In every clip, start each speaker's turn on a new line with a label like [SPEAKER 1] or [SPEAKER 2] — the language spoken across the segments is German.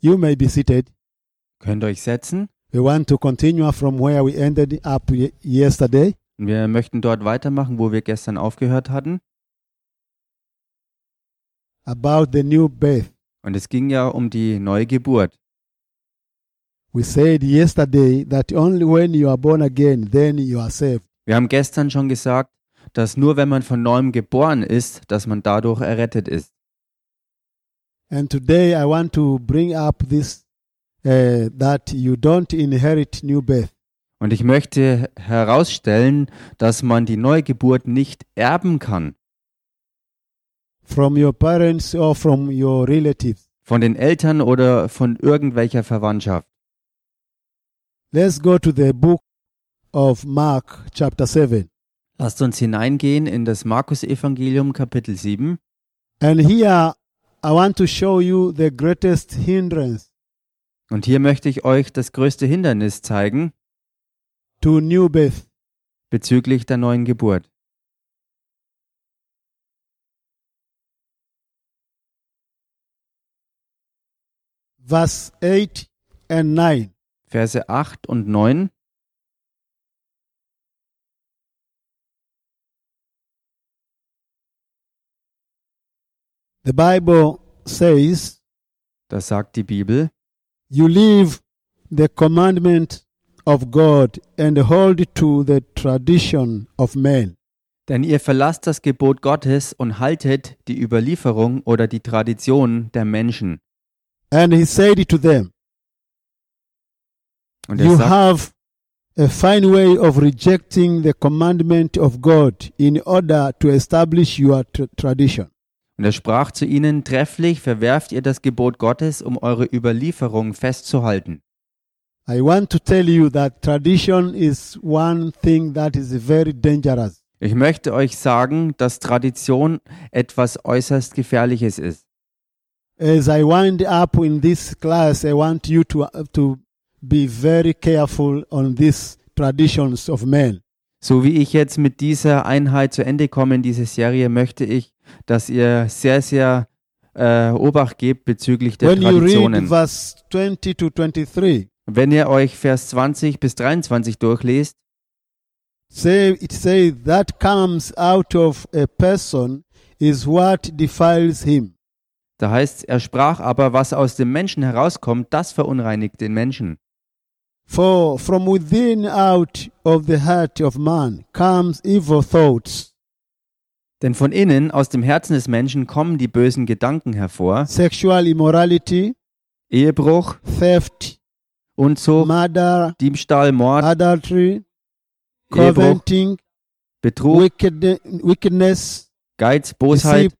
[SPEAKER 1] You may be seated.
[SPEAKER 2] Könnt euch setzen.
[SPEAKER 1] We want to continue from where we ended up ye- yesterday.
[SPEAKER 2] Wir möchten dort weitermachen, wo wir gestern aufgehört hatten.
[SPEAKER 1] about the new birth.
[SPEAKER 2] Und es ging ja um die neue Geburt.
[SPEAKER 1] We said yesterday that only when you are born again, then you are saved.
[SPEAKER 2] Wir haben gestern schon gesagt, dass nur wenn man von neuem geboren ist, dass man dadurch errettet ist.
[SPEAKER 1] And today I want to bring up this uh, that you don't inherit new birth.
[SPEAKER 2] Und ich möchte herausstellen, dass man die Neugeburt nicht erben kann.
[SPEAKER 1] from your parents or from your relatives.
[SPEAKER 2] Von den Eltern oder von irgendwelcher Verwandtschaft.
[SPEAKER 1] Let's go to the book of Mark, chapter 7.
[SPEAKER 2] Lasst uns hineingehen in das Markus-Evangelium Kapitel 7.
[SPEAKER 1] And here I want to show you the greatest hindrance
[SPEAKER 2] Und hier möchte ich euch das größte Hindernis zeigen
[SPEAKER 1] to new birth.
[SPEAKER 2] bezüglich der neuen Geburt.
[SPEAKER 1] Verse 8 and 9.
[SPEAKER 2] Verse 8 und 9.
[SPEAKER 1] The Bible says,
[SPEAKER 2] Das sagt die Bibel.
[SPEAKER 1] You leave the commandment of God and hold to the tradition of men.
[SPEAKER 2] Denn ihr verlasst das Gebot Gottes und haltet die Überlieferung oder die Tradition der Menschen.
[SPEAKER 1] And he said to them,
[SPEAKER 2] Und er
[SPEAKER 1] You
[SPEAKER 2] sagt,
[SPEAKER 1] have a fine way of rejecting the commandment of God in order to establish your tr- tradition.
[SPEAKER 2] und er sprach zu ihnen, trefflich verwerft ihr das Gebot Gottes, um eure Überlieferung festzuhalten.
[SPEAKER 1] I want to tell you that tradition is one thing that is very dangerous.
[SPEAKER 2] Ich möchte euch sagen, dass Tradition etwas äußerst Gefährliches ist.
[SPEAKER 1] As I wind up in this class, I want you to, uh, to be very careful on these traditions of men.
[SPEAKER 2] So wie ich jetzt mit dieser Einheit zu Ende komme in diese Serie, möchte ich, dass ihr sehr, sehr äh, Obacht gebt bezüglich der
[SPEAKER 1] When you read
[SPEAKER 2] Traditionen.
[SPEAKER 1] verse 20 to 23,
[SPEAKER 2] Wenn ihr euch Vers 20 bis 23 durchlest,
[SPEAKER 1] say it says that comes out of a person is what defiles him.
[SPEAKER 2] da heißt es, er sprach aber, was aus dem Menschen herauskommt, das verunreinigt den Menschen.
[SPEAKER 1] For from within out of the heart of man comes evil thoughts,
[SPEAKER 2] Denn von innen, aus dem Herzen des Menschen, kommen die bösen Gedanken hervor.
[SPEAKER 1] sexual immorality,
[SPEAKER 2] Ehebruch,
[SPEAKER 1] theft,
[SPEAKER 2] Unzucht,
[SPEAKER 1] murder,
[SPEAKER 2] Diebstahl, Mord,
[SPEAKER 1] adultery,
[SPEAKER 2] Ehebruch,
[SPEAKER 1] covenanting,
[SPEAKER 2] Betrug,
[SPEAKER 1] wicked, wickedness,
[SPEAKER 2] Geiz, Bosheit,
[SPEAKER 1] deceit,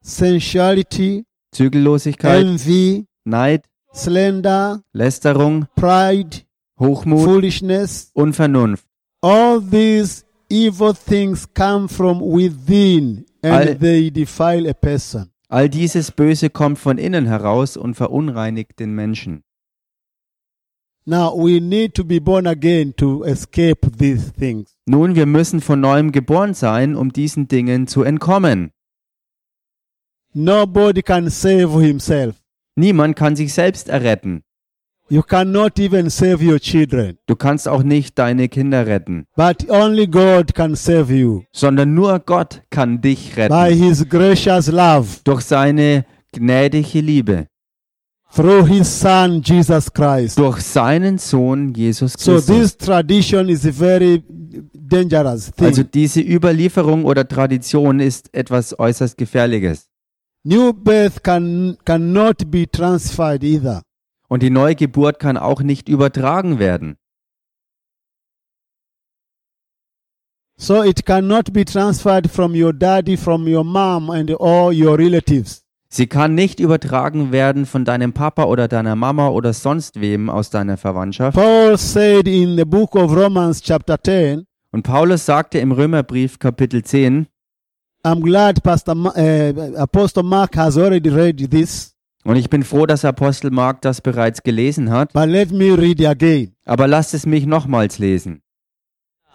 [SPEAKER 1] sensuality,
[SPEAKER 2] Zügellosigkeit,
[SPEAKER 1] envy,
[SPEAKER 2] Neid,
[SPEAKER 1] slander,
[SPEAKER 2] Lästerung,
[SPEAKER 1] pride,
[SPEAKER 2] Hochmut,
[SPEAKER 1] foolishness.
[SPEAKER 2] Unvernunft.
[SPEAKER 1] All these evil things come from within and
[SPEAKER 2] All-
[SPEAKER 1] they defile a person.
[SPEAKER 2] All dieses Böse kommt von innen heraus und verunreinigt den Menschen.
[SPEAKER 1] Now we need to be born again to escape these things.
[SPEAKER 2] Nun, wir müssen von neuem geboren sein, um diesen Dingen zu entkommen.
[SPEAKER 1] Nobody can save himself.
[SPEAKER 2] Niemand kann sich selbst erretten.
[SPEAKER 1] You cannot even save your children.
[SPEAKER 2] Du kannst auch nicht deine Kinder retten,
[SPEAKER 1] But only God can save you
[SPEAKER 2] sondern nur Gott kann dich
[SPEAKER 1] by
[SPEAKER 2] retten.
[SPEAKER 1] his gracious love
[SPEAKER 2] Durch seine gnädige Liebe.
[SPEAKER 1] through his son Jesus Christ.
[SPEAKER 2] Durch seinen Sohn Jesus
[SPEAKER 1] So
[SPEAKER 2] Christus.
[SPEAKER 1] this tradition is a very dangerous
[SPEAKER 2] Also
[SPEAKER 1] thing.
[SPEAKER 2] diese Überlieferung oder Tradition ist etwas äußerst Gefährliches.
[SPEAKER 1] New birth can cannot be transferred either.
[SPEAKER 2] Und die Neugeburt kann auch nicht übertragen werden.
[SPEAKER 1] So it cannot be transferred from your daddy, from your mom and all your relatives.
[SPEAKER 2] Sie kann nicht übertragen werden von deinem Papa oder deiner Mama oder sonst wem aus deiner Verwandtschaft.
[SPEAKER 1] Paul said in the book of Romans chapter 10
[SPEAKER 2] Und Paulus sagte im Römerbrief Kapitel 10,
[SPEAKER 1] I'm glad Pastor Ma- uh, Apostle Mark has already read this,
[SPEAKER 2] und ich bin froh, dass Apostel Mark das bereits gelesen hat,
[SPEAKER 1] but let me read again.
[SPEAKER 2] aber lasst es mich nochmals lesen.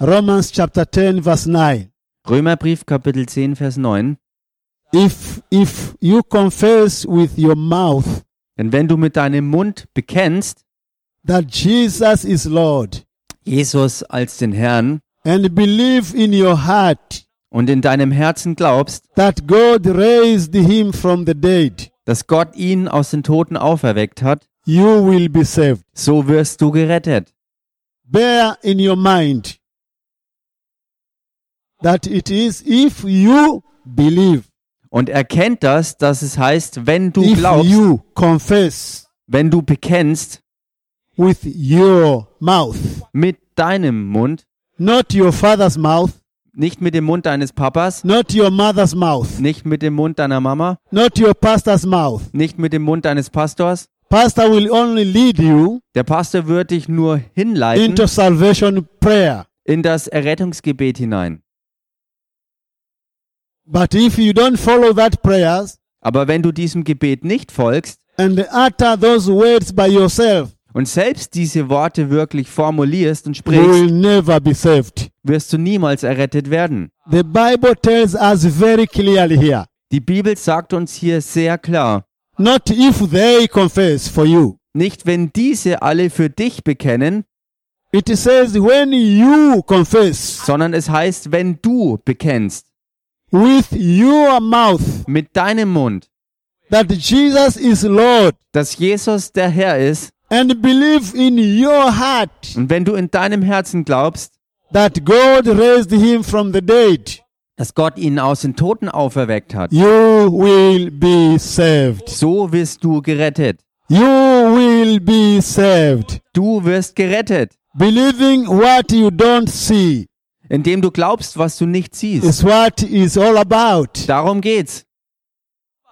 [SPEAKER 1] Romans chapter 10 verse 9.
[SPEAKER 2] Römerbrief Kapitel 10, Vers 9.
[SPEAKER 1] If if you confess with your mouth
[SPEAKER 2] Denn wenn du mit deinem Mund bekennst,
[SPEAKER 1] that Jesus is Lord
[SPEAKER 2] Jesus als den Herrn,
[SPEAKER 1] and believe in your heart
[SPEAKER 2] und in deinem Herzen glaubst,
[SPEAKER 1] that God raised him from the dead,
[SPEAKER 2] dass Gott ihn aus den Toten auferweckt hat,
[SPEAKER 1] you will be saved.
[SPEAKER 2] so wirst du gerettet.
[SPEAKER 1] Bear in your mind that it is if you believe,
[SPEAKER 2] Und erkennt das, dass es heißt, wenn du
[SPEAKER 1] if
[SPEAKER 2] glaubst,
[SPEAKER 1] you confess
[SPEAKER 2] wenn du bekennst
[SPEAKER 1] with your mouth,
[SPEAKER 2] mit deinem Mund,
[SPEAKER 1] not your father's mouth,
[SPEAKER 2] nicht mit dem Mund deines Papas,
[SPEAKER 1] not your mother's mouth,
[SPEAKER 2] nicht mit dem Mund deiner Mama,
[SPEAKER 1] not your pastor's mouth.
[SPEAKER 2] nicht mit dem Mund deines Pastors.
[SPEAKER 1] Pastor will only lead you
[SPEAKER 2] Der Pastor wird dich nur hinleiten
[SPEAKER 1] into salvation prayer.
[SPEAKER 2] in das Errettungsgebet hinein.
[SPEAKER 1] But if you don't follow that prayers
[SPEAKER 2] Aber wenn du diesem Gebet nicht folgst
[SPEAKER 1] and utter those words by yourself,
[SPEAKER 2] und selbst diese Worte wirklich formulierst und
[SPEAKER 1] you will
[SPEAKER 2] sprichst,
[SPEAKER 1] never be saved.
[SPEAKER 2] wirst du niemals errettet werden.
[SPEAKER 1] The Bible tells us very clearly here.
[SPEAKER 2] Die Bibel sagt uns hier sehr klar,
[SPEAKER 1] Not if they confess for you.
[SPEAKER 2] nicht wenn diese alle für dich bekennen,
[SPEAKER 1] It says when you confess
[SPEAKER 2] sondern es heißt, wenn du bekennst
[SPEAKER 1] with your mouth
[SPEAKER 2] mit deinem Mund,
[SPEAKER 1] that Jesus is Lord
[SPEAKER 2] dass Jesus der Herr ist
[SPEAKER 1] and believe in your heart
[SPEAKER 2] und wenn du in deinem Herzen glaubst,
[SPEAKER 1] that God raised him from the dead,
[SPEAKER 2] dass Gott ihn aus den Toten auferweckt hat,
[SPEAKER 1] you will be saved.
[SPEAKER 2] so wirst du gerettet.
[SPEAKER 1] You will be saved.
[SPEAKER 2] Du wirst gerettet,
[SPEAKER 1] Believing what you don't see
[SPEAKER 2] indem du glaubst, was du nicht siehst.
[SPEAKER 1] is what is all about.
[SPEAKER 2] Darum geht's.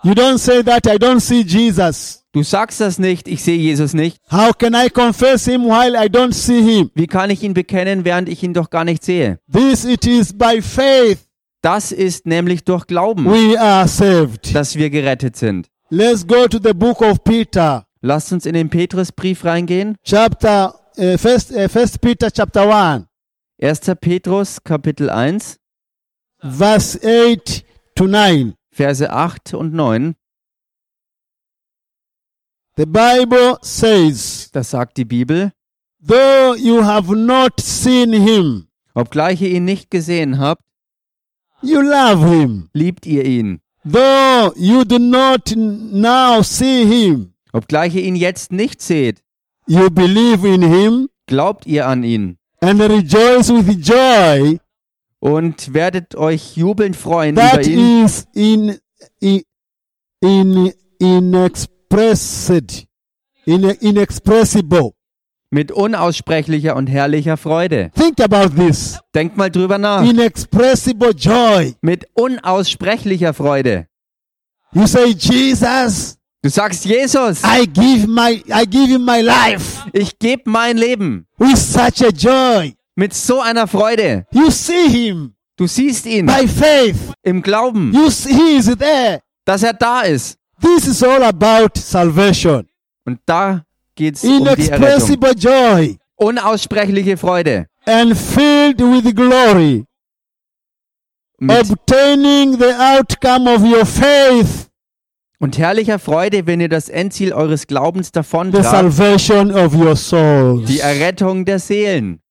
[SPEAKER 1] You don't say that I don't see Jesus.
[SPEAKER 2] Du sagst das nicht, ich sehe Jesus nicht.
[SPEAKER 1] How can I confess him while I don't see him?
[SPEAKER 2] Wie kann ich ihn bekennen, während ich ihn doch gar nicht sehe?
[SPEAKER 1] This it is by faith
[SPEAKER 2] Das ist nämlich durch Glauben,
[SPEAKER 1] we are saved.
[SPEAKER 2] dass wir gerettet sind.
[SPEAKER 1] Let's go to the book of Peter,
[SPEAKER 2] Lasst uns in den Petrusbrief reingehen.
[SPEAKER 1] chapter uh, first, uh, first Peter chapter 1,
[SPEAKER 2] 1. Petrus, Kapitel 1,
[SPEAKER 1] verse 8 to 9.
[SPEAKER 2] Verse 8 und 9.
[SPEAKER 1] The Bible says,
[SPEAKER 2] Das sagt die Bibel.
[SPEAKER 1] though you have not seen him,
[SPEAKER 2] Obgleich ihr ihn nicht gesehen habt,
[SPEAKER 1] you love him.
[SPEAKER 2] liebt ihr ihn.
[SPEAKER 1] Though you do not n- now see him,
[SPEAKER 2] Obgleich ihr ihn jetzt nicht seht,
[SPEAKER 1] you believe in him
[SPEAKER 2] glaubt ihr an ihn.
[SPEAKER 1] and rejoice with joy
[SPEAKER 2] Und werdet euch jubelnd freuen über
[SPEAKER 1] that
[SPEAKER 2] ihn,
[SPEAKER 1] is in in in inexpressed in inexpressible
[SPEAKER 2] mit unaussprechlicher und herrlicher Freude.
[SPEAKER 1] think about this
[SPEAKER 2] Denkt mal drüber nach.
[SPEAKER 1] inexpressible joy
[SPEAKER 2] Mit unaussprechlicher Freude.
[SPEAKER 1] you say jesus
[SPEAKER 2] Du sagst, Jesus,
[SPEAKER 1] i give my i give you my life
[SPEAKER 2] ich gebe mein Leben
[SPEAKER 1] with such a joy
[SPEAKER 2] mit so einer Freude.
[SPEAKER 1] you see him
[SPEAKER 2] Du siehst ihn
[SPEAKER 1] by faith
[SPEAKER 2] im Glauben.
[SPEAKER 1] you see he is there
[SPEAKER 2] dass er da ist.
[SPEAKER 1] this is all about salvation
[SPEAKER 2] Und da geht's um die Errettung.
[SPEAKER 1] inexpressible joy
[SPEAKER 2] Unaussprechliche Freude.
[SPEAKER 1] and filled with glory
[SPEAKER 2] Mit
[SPEAKER 1] obtaining the outcome of your faith,
[SPEAKER 2] und herrlicher Freude, wenn ihr das Endziel eures Glaubens
[SPEAKER 1] the
[SPEAKER 2] davontragt,
[SPEAKER 1] salvation of your souls.
[SPEAKER 2] die Errettung der Seelen.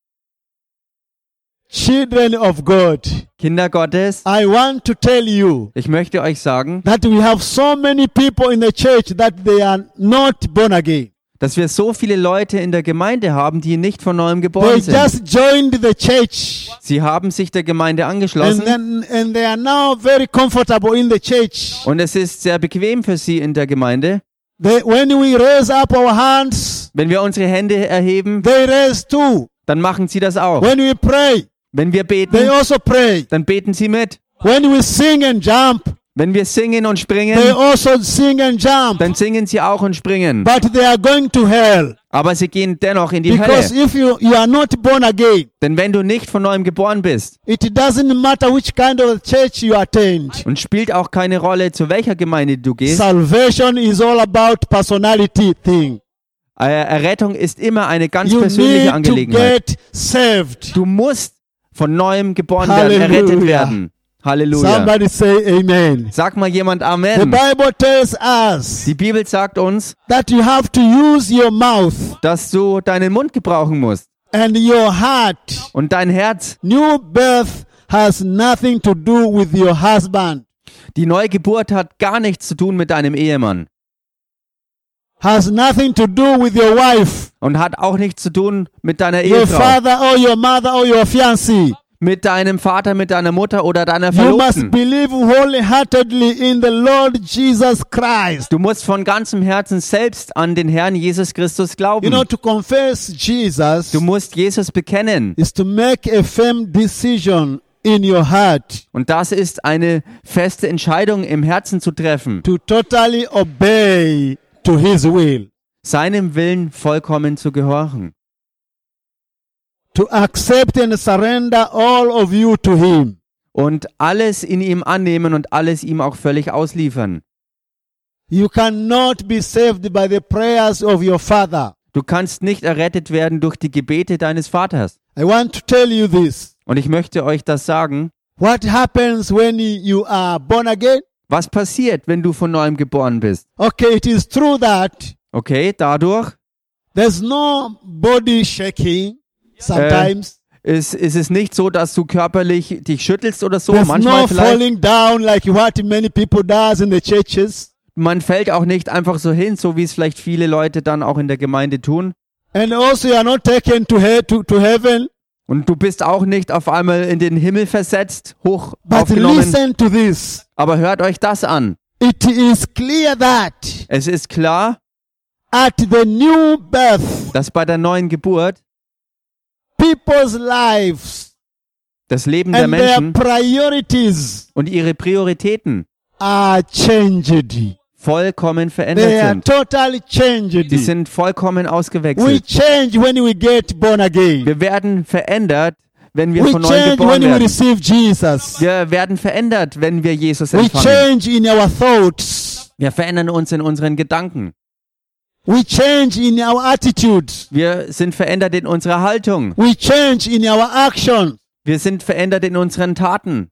[SPEAKER 1] Children of God,
[SPEAKER 2] Kinder Gottes,
[SPEAKER 1] I want to tell you
[SPEAKER 2] ich möchte euch sagen,
[SPEAKER 1] that we have so many people in the church that they are not born again.
[SPEAKER 2] dass wir so viele Leute in der Gemeinde haben, die nicht von neuem
[SPEAKER 1] They
[SPEAKER 2] geboren sind.
[SPEAKER 1] just joined the church
[SPEAKER 2] Sie haben sich der Gemeinde
[SPEAKER 1] and
[SPEAKER 2] angeschlossen
[SPEAKER 1] then and they are now very comfortable in the church.
[SPEAKER 2] und es ist sehr bequem für sie in der Gemeinde.
[SPEAKER 1] They, when we raise up our hands,
[SPEAKER 2] Wenn wir unsere Hände erheben,
[SPEAKER 1] they raise too.
[SPEAKER 2] dann machen sie das auch.
[SPEAKER 1] When we pray,
[SPEAKER 2] Wenn wir
[SPEAKER 1] they
[SPEAKER 2] beten,
[SPEAKER 1] also pray.
[SPEAKER 2] dann beten sie mit.
[SPEAKER 1] When we sing and jump,
[SPEAKER 2] Wenn wir singen und springen,
[SPEAKER 1] they also sing and jump.
[SPEAKER 2] dann singen sie auch und springen.
[SPEAKER 1] but they are going to hell
[SPEAKER 2] Aber sie gehen dennoch in die
[SPEAKER 1] because
[SPEAKER 2] Hölle.
[SPEAKER 1] if you, you are not born again
[SPEAKER 2] Denn wenn du nicht von neuem geboren bist,
[SPEAKER 1] it doesn't matter which kind of church you attend
[SPEAKER 2] und spielt auch keine Rolle, zu welcher Gemeinde du gehst,
[SPEAKER 1] salvation is all about personality thing
[SPEAKER 2] äh, Errettung ist immer eine ganz
[SPEAKER 1] you
[SPEAKER 2] persönliche
[SPEAKER 1] need to
[SPEAKER 2] Angelegenheit.
[SPEAKER 1] get saved
[SPEAKER 2] Du musst von neuem geboren werden, errettet
[SPEAKER 1] Halleluja.
[SPEAKER 2] werden. Halleluja.
[SPEAKER 1] Somebody say amen.
[SPEAKER 2] Sag mal jemand
[SPEAKER 1] The
[SPEAKER 2] Amen.
[SPEAKER 1] Bible tells us
[SPEAKER 2] Die Bibel sagt uns,
[SPEAKER 1] that you have to use your mouth
[SPEAKER 2] dass du deinen Mund gebrauchen musst
[SPEAKER 1] and your heart.
[SPEAKER 2] und dein Herz.
[SPEAKER 1] New birth has nothing to do with your husband,
[SPEAKER 2] Die Neugeburt hat gar nichts zu tun mit deinem Ehemann
[SPEAKER 1] has nothing to do with your wife,
[SPEAKER 2] und hat auch nichts zu tun mit deiner
[SPEAKER 1] your
[SPEAKER 2] Ehefrau,
[SPEAKER 1] father or your mother or your fiancé.
[SPEAKER 2] mit deinem Vater, mit deiner Mutter oder deiner
[SPEAKER 1] You must
[SPEAKER 2] Verlobten.
[SPEAKER 1] believe wholeheartedly in the Lord Jesus Christ.
[SPEAKER 2] Du musst von ganzem Herzen selbst an den Herrn Jesus Christus
[SPEAKER 1] You
[SPEAKER 2] glauben.
[SPEAKER 1] know, to confess Jesus
[SPEAKER 2] Du musst Jesus bekennen.
[SPEAKER 1] is to make a firm decision in your heart
[SPEAKER 2] Und das ist eine feste Entscheidung im Herzen zu treffen,
[SPEAKER 1] to totally obey to his will,
[SPEAKER 2] seinem Willen vollkommen zu gehorchen,
[SPEAKER 1] to accept and surrender all of you to him.
[SPEAKER 2] und alles in ihm annehmen und alles ihm auch völlig ausliefern.
[SPEAKER 1] You cannot be saved by the prayers of your father.
[SPEAKER 2] Du kannst nicht errettet werden durch die Gebete deines Vaters.
[SPEAKER 1] I want to tell you this.
[SPEAKER 2] Und ich möchte euch das sagen.
[SPEAKER 1] What happens when you are born again?
[SPEAKER 2] Was passiert, wenn du von neuem geboren bist?
[SPEAKER 1] Okay, it is true that
[SPEAKER 2] Okay, dadurch
[SPEAKER 1] there's no body shaking sometimes.
[SPEAKER 2] ist, ist es nicht so, dass du körperlich dich schüttelst oder so.
[SPEAKER 1] There's
[SPEAKER 2] Manchmal
[SPEAKER 1] no
[SPEAKER 2] vielleicht.
[SPEAKER 1] falling down like what many people does in the churches.
[SPEAKER 2] Man fällt auch nicht einfach so hin, so wie es vielleicht viele Leute dann auch in der Gemeinde tun.
[SPEAKER 1] And also you are not taken to, he- to, to heaven.
[SPEAKER 2] Und du bist auch nicht auf einmal in den Himmel versetzt, hoch
[SPEAKER 1] But
[SPEAKER 2] aufgenommen.
[SPEAKER 1] listen to this.
[SPEAKER 2] Aber hört euch das an.
[SPEAKER 1] It is clear that
[SPEAKER 2] Es ist klar,
[SPEAKER 1] at the new birth,
[SPEAKER 2] dass bei der neuen Geburt
[SPEAKER 1] people's lives
[SPEAKER 2] das Leben der
[SPEAKER 1] and their
[SPEAKER 2] Menschen
[SPEAKER 1] priorities
[SPEAKER 2] und ihre Prioritäten
[SPEAKER 1] are changed.
[SPEAKER 2] vollkommen verändert
[SPEAKER 1] They are
[SPEAKER 2] sind.
[SPEAKER 1] totally changed.
[SPEAKER 2] Die sind vollkommen
[SPEAKER 1] We
[SPEAKER 2] ausgewechselt.
[SPEAKER 1] change when we get born again.
[SPEAKER 2] Wir werden verändert, wenn wir
[SPEAKER 1] We
[SPEAKER 2] von neuem
[SPEAKER 1] change when
[SPEAKER 2] geboren
[SPEAKER 1] we
[SPEAKER 2] werden.
[SPEAKER 1] receive Jesus.
[SPEAKER 2] Wir werden verändert, wenn wir Jesus
[SPEAKER 1] We
[SPEAKER 2] empfangen.
[SPEAKER 1] change in our thoughts.
[SPEAKER 2] Wir verändern uns in unseren Gedanken.
[SPEAKER 1] We change in our attitudes.
[SPEAKER 2] Wir sind verändert in unserer Haltung.
[SPEAKER 1] We change in our actions.
[SPEAKER 2] Wir sind verändert in unseren Taten.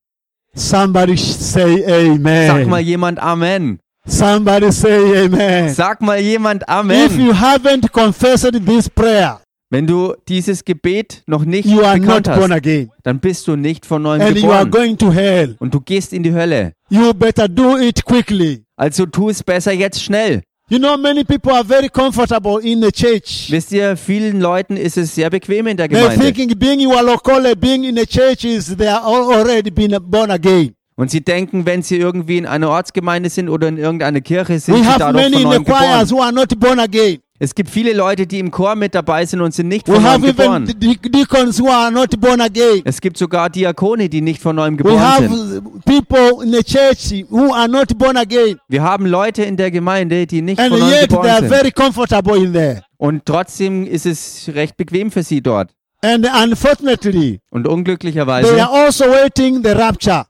[SPEAKER 1] Somebody sh- say
[SPEAKER 2] Sag
[SPEAKER 1] amen.
[SPEAKER 2] mal jemand Amen.
[SPEAKER 1] Somebody say amen.
[SPEAKER 2] Sag mal jemand
[SPEAKER 1] If
[SPEAKER 2] Amen.
[SPEAKER 1] you haven't confessed this prayer,
[SPEAKER 2] Wenn du dieses Gebet noch nicht
[SPEAKER 1] you are not
[SPEAKER 2] bekannt
[SPEAKER 1] born
[SPEAKER 2] hast,
[SPEAKER 1] again.
[SPEAKER 2] dann bist du nicht von neuem
[SPEAKER 1] And you are
[SPEAKER 2] geboren.
[SPEAKER 1] going to hell.
[SPEAKER 2] Und du gehst in die Hölle.
[SPEAKER 1] You better do it quickly.
[SPEAKER 2] Also tu es besser jetzt schnell.
[SPEAKER 1] You know, many people are very comfortable in the church.
[SPEAKER 2] Wisst ihr, vielen Leuten ist es sehr bequem in der
[SPEAKER 1] They're
[SPEAKER 2] Gemeinde.
[SPEAKER 1] thinking being in Walokole, being in the church is they are al- already been born again.
[SPEAKER 2] Und sie denken, wenn sie irgendwie in einer Ortsgemeinde sind oder in irgendeiner Kirche, sind
[SPEAKER 1] We
[SPEAKER 2] sie
[SPEAKER 1] have
[SPEAKER 2] dadurch von
[SPEAKER 1] many in the
[SPEAKER 2] neuem
[SPEAKER 1] choirs
[SPEAKER 2] geboren.
[SPEAKER 1] who are not born again.
[SPEAKER 2] Es gibt viele Leute, die im Chor mit dabei sind und sind nicht
[SPEAKER 1] We
[SPEAKER 2] von neuem
[SPEAKER 1] have even
[SPEAKER 2] geboren.
[SPEAKER 1] de- de- deacons who are not born again.
[SPEAKER 2] Es gibt sogar Diakone, die nicht von neuem
[SPEAKER 1] We
[SPEAKER 2] geboren
[SPEAKER 1] have
[SPEAKER 2] sind.
[SPEAKER 1] uh, people in the church who are not born again.
[SPEAKER 2] Wir haben Leute in der Gemeinde, die nicht
[SPEAKER 1] And
[SPEAKER 2] von neuem
[SPEAKER 1] yet they are
[SPEAKER 2] geboren sind.
[SPEAKER 1] very comfortable in there.
[SPEAKER 2] Und trotzdem ist es recht bequem für sie dort.
[SPEAKER 1] And unfortunately,
[SPEAKER 2] Und
[SPEAKER 1] they are
[SPEAKER 2] unglücklicherweise
[SPEAKER 1] also waiting the rapture.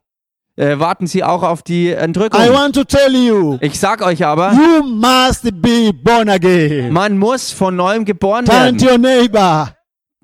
[SPEAKER 2] äh, warten sie auch auf die
[SPEAKER 1] I
[SPEAKER 2] Entrückung.
[SPEAKER 1] want to tell you,
[SPEAKER 2] Ich sag euch aber,
[SPEAKER 1] you must be born again.
[SPEAKER 2] man muss von neuem geboren
[SPEAKER 1] Turn to
[SPEAKER 2] werden.
[SPEAKER 1] your neighbor.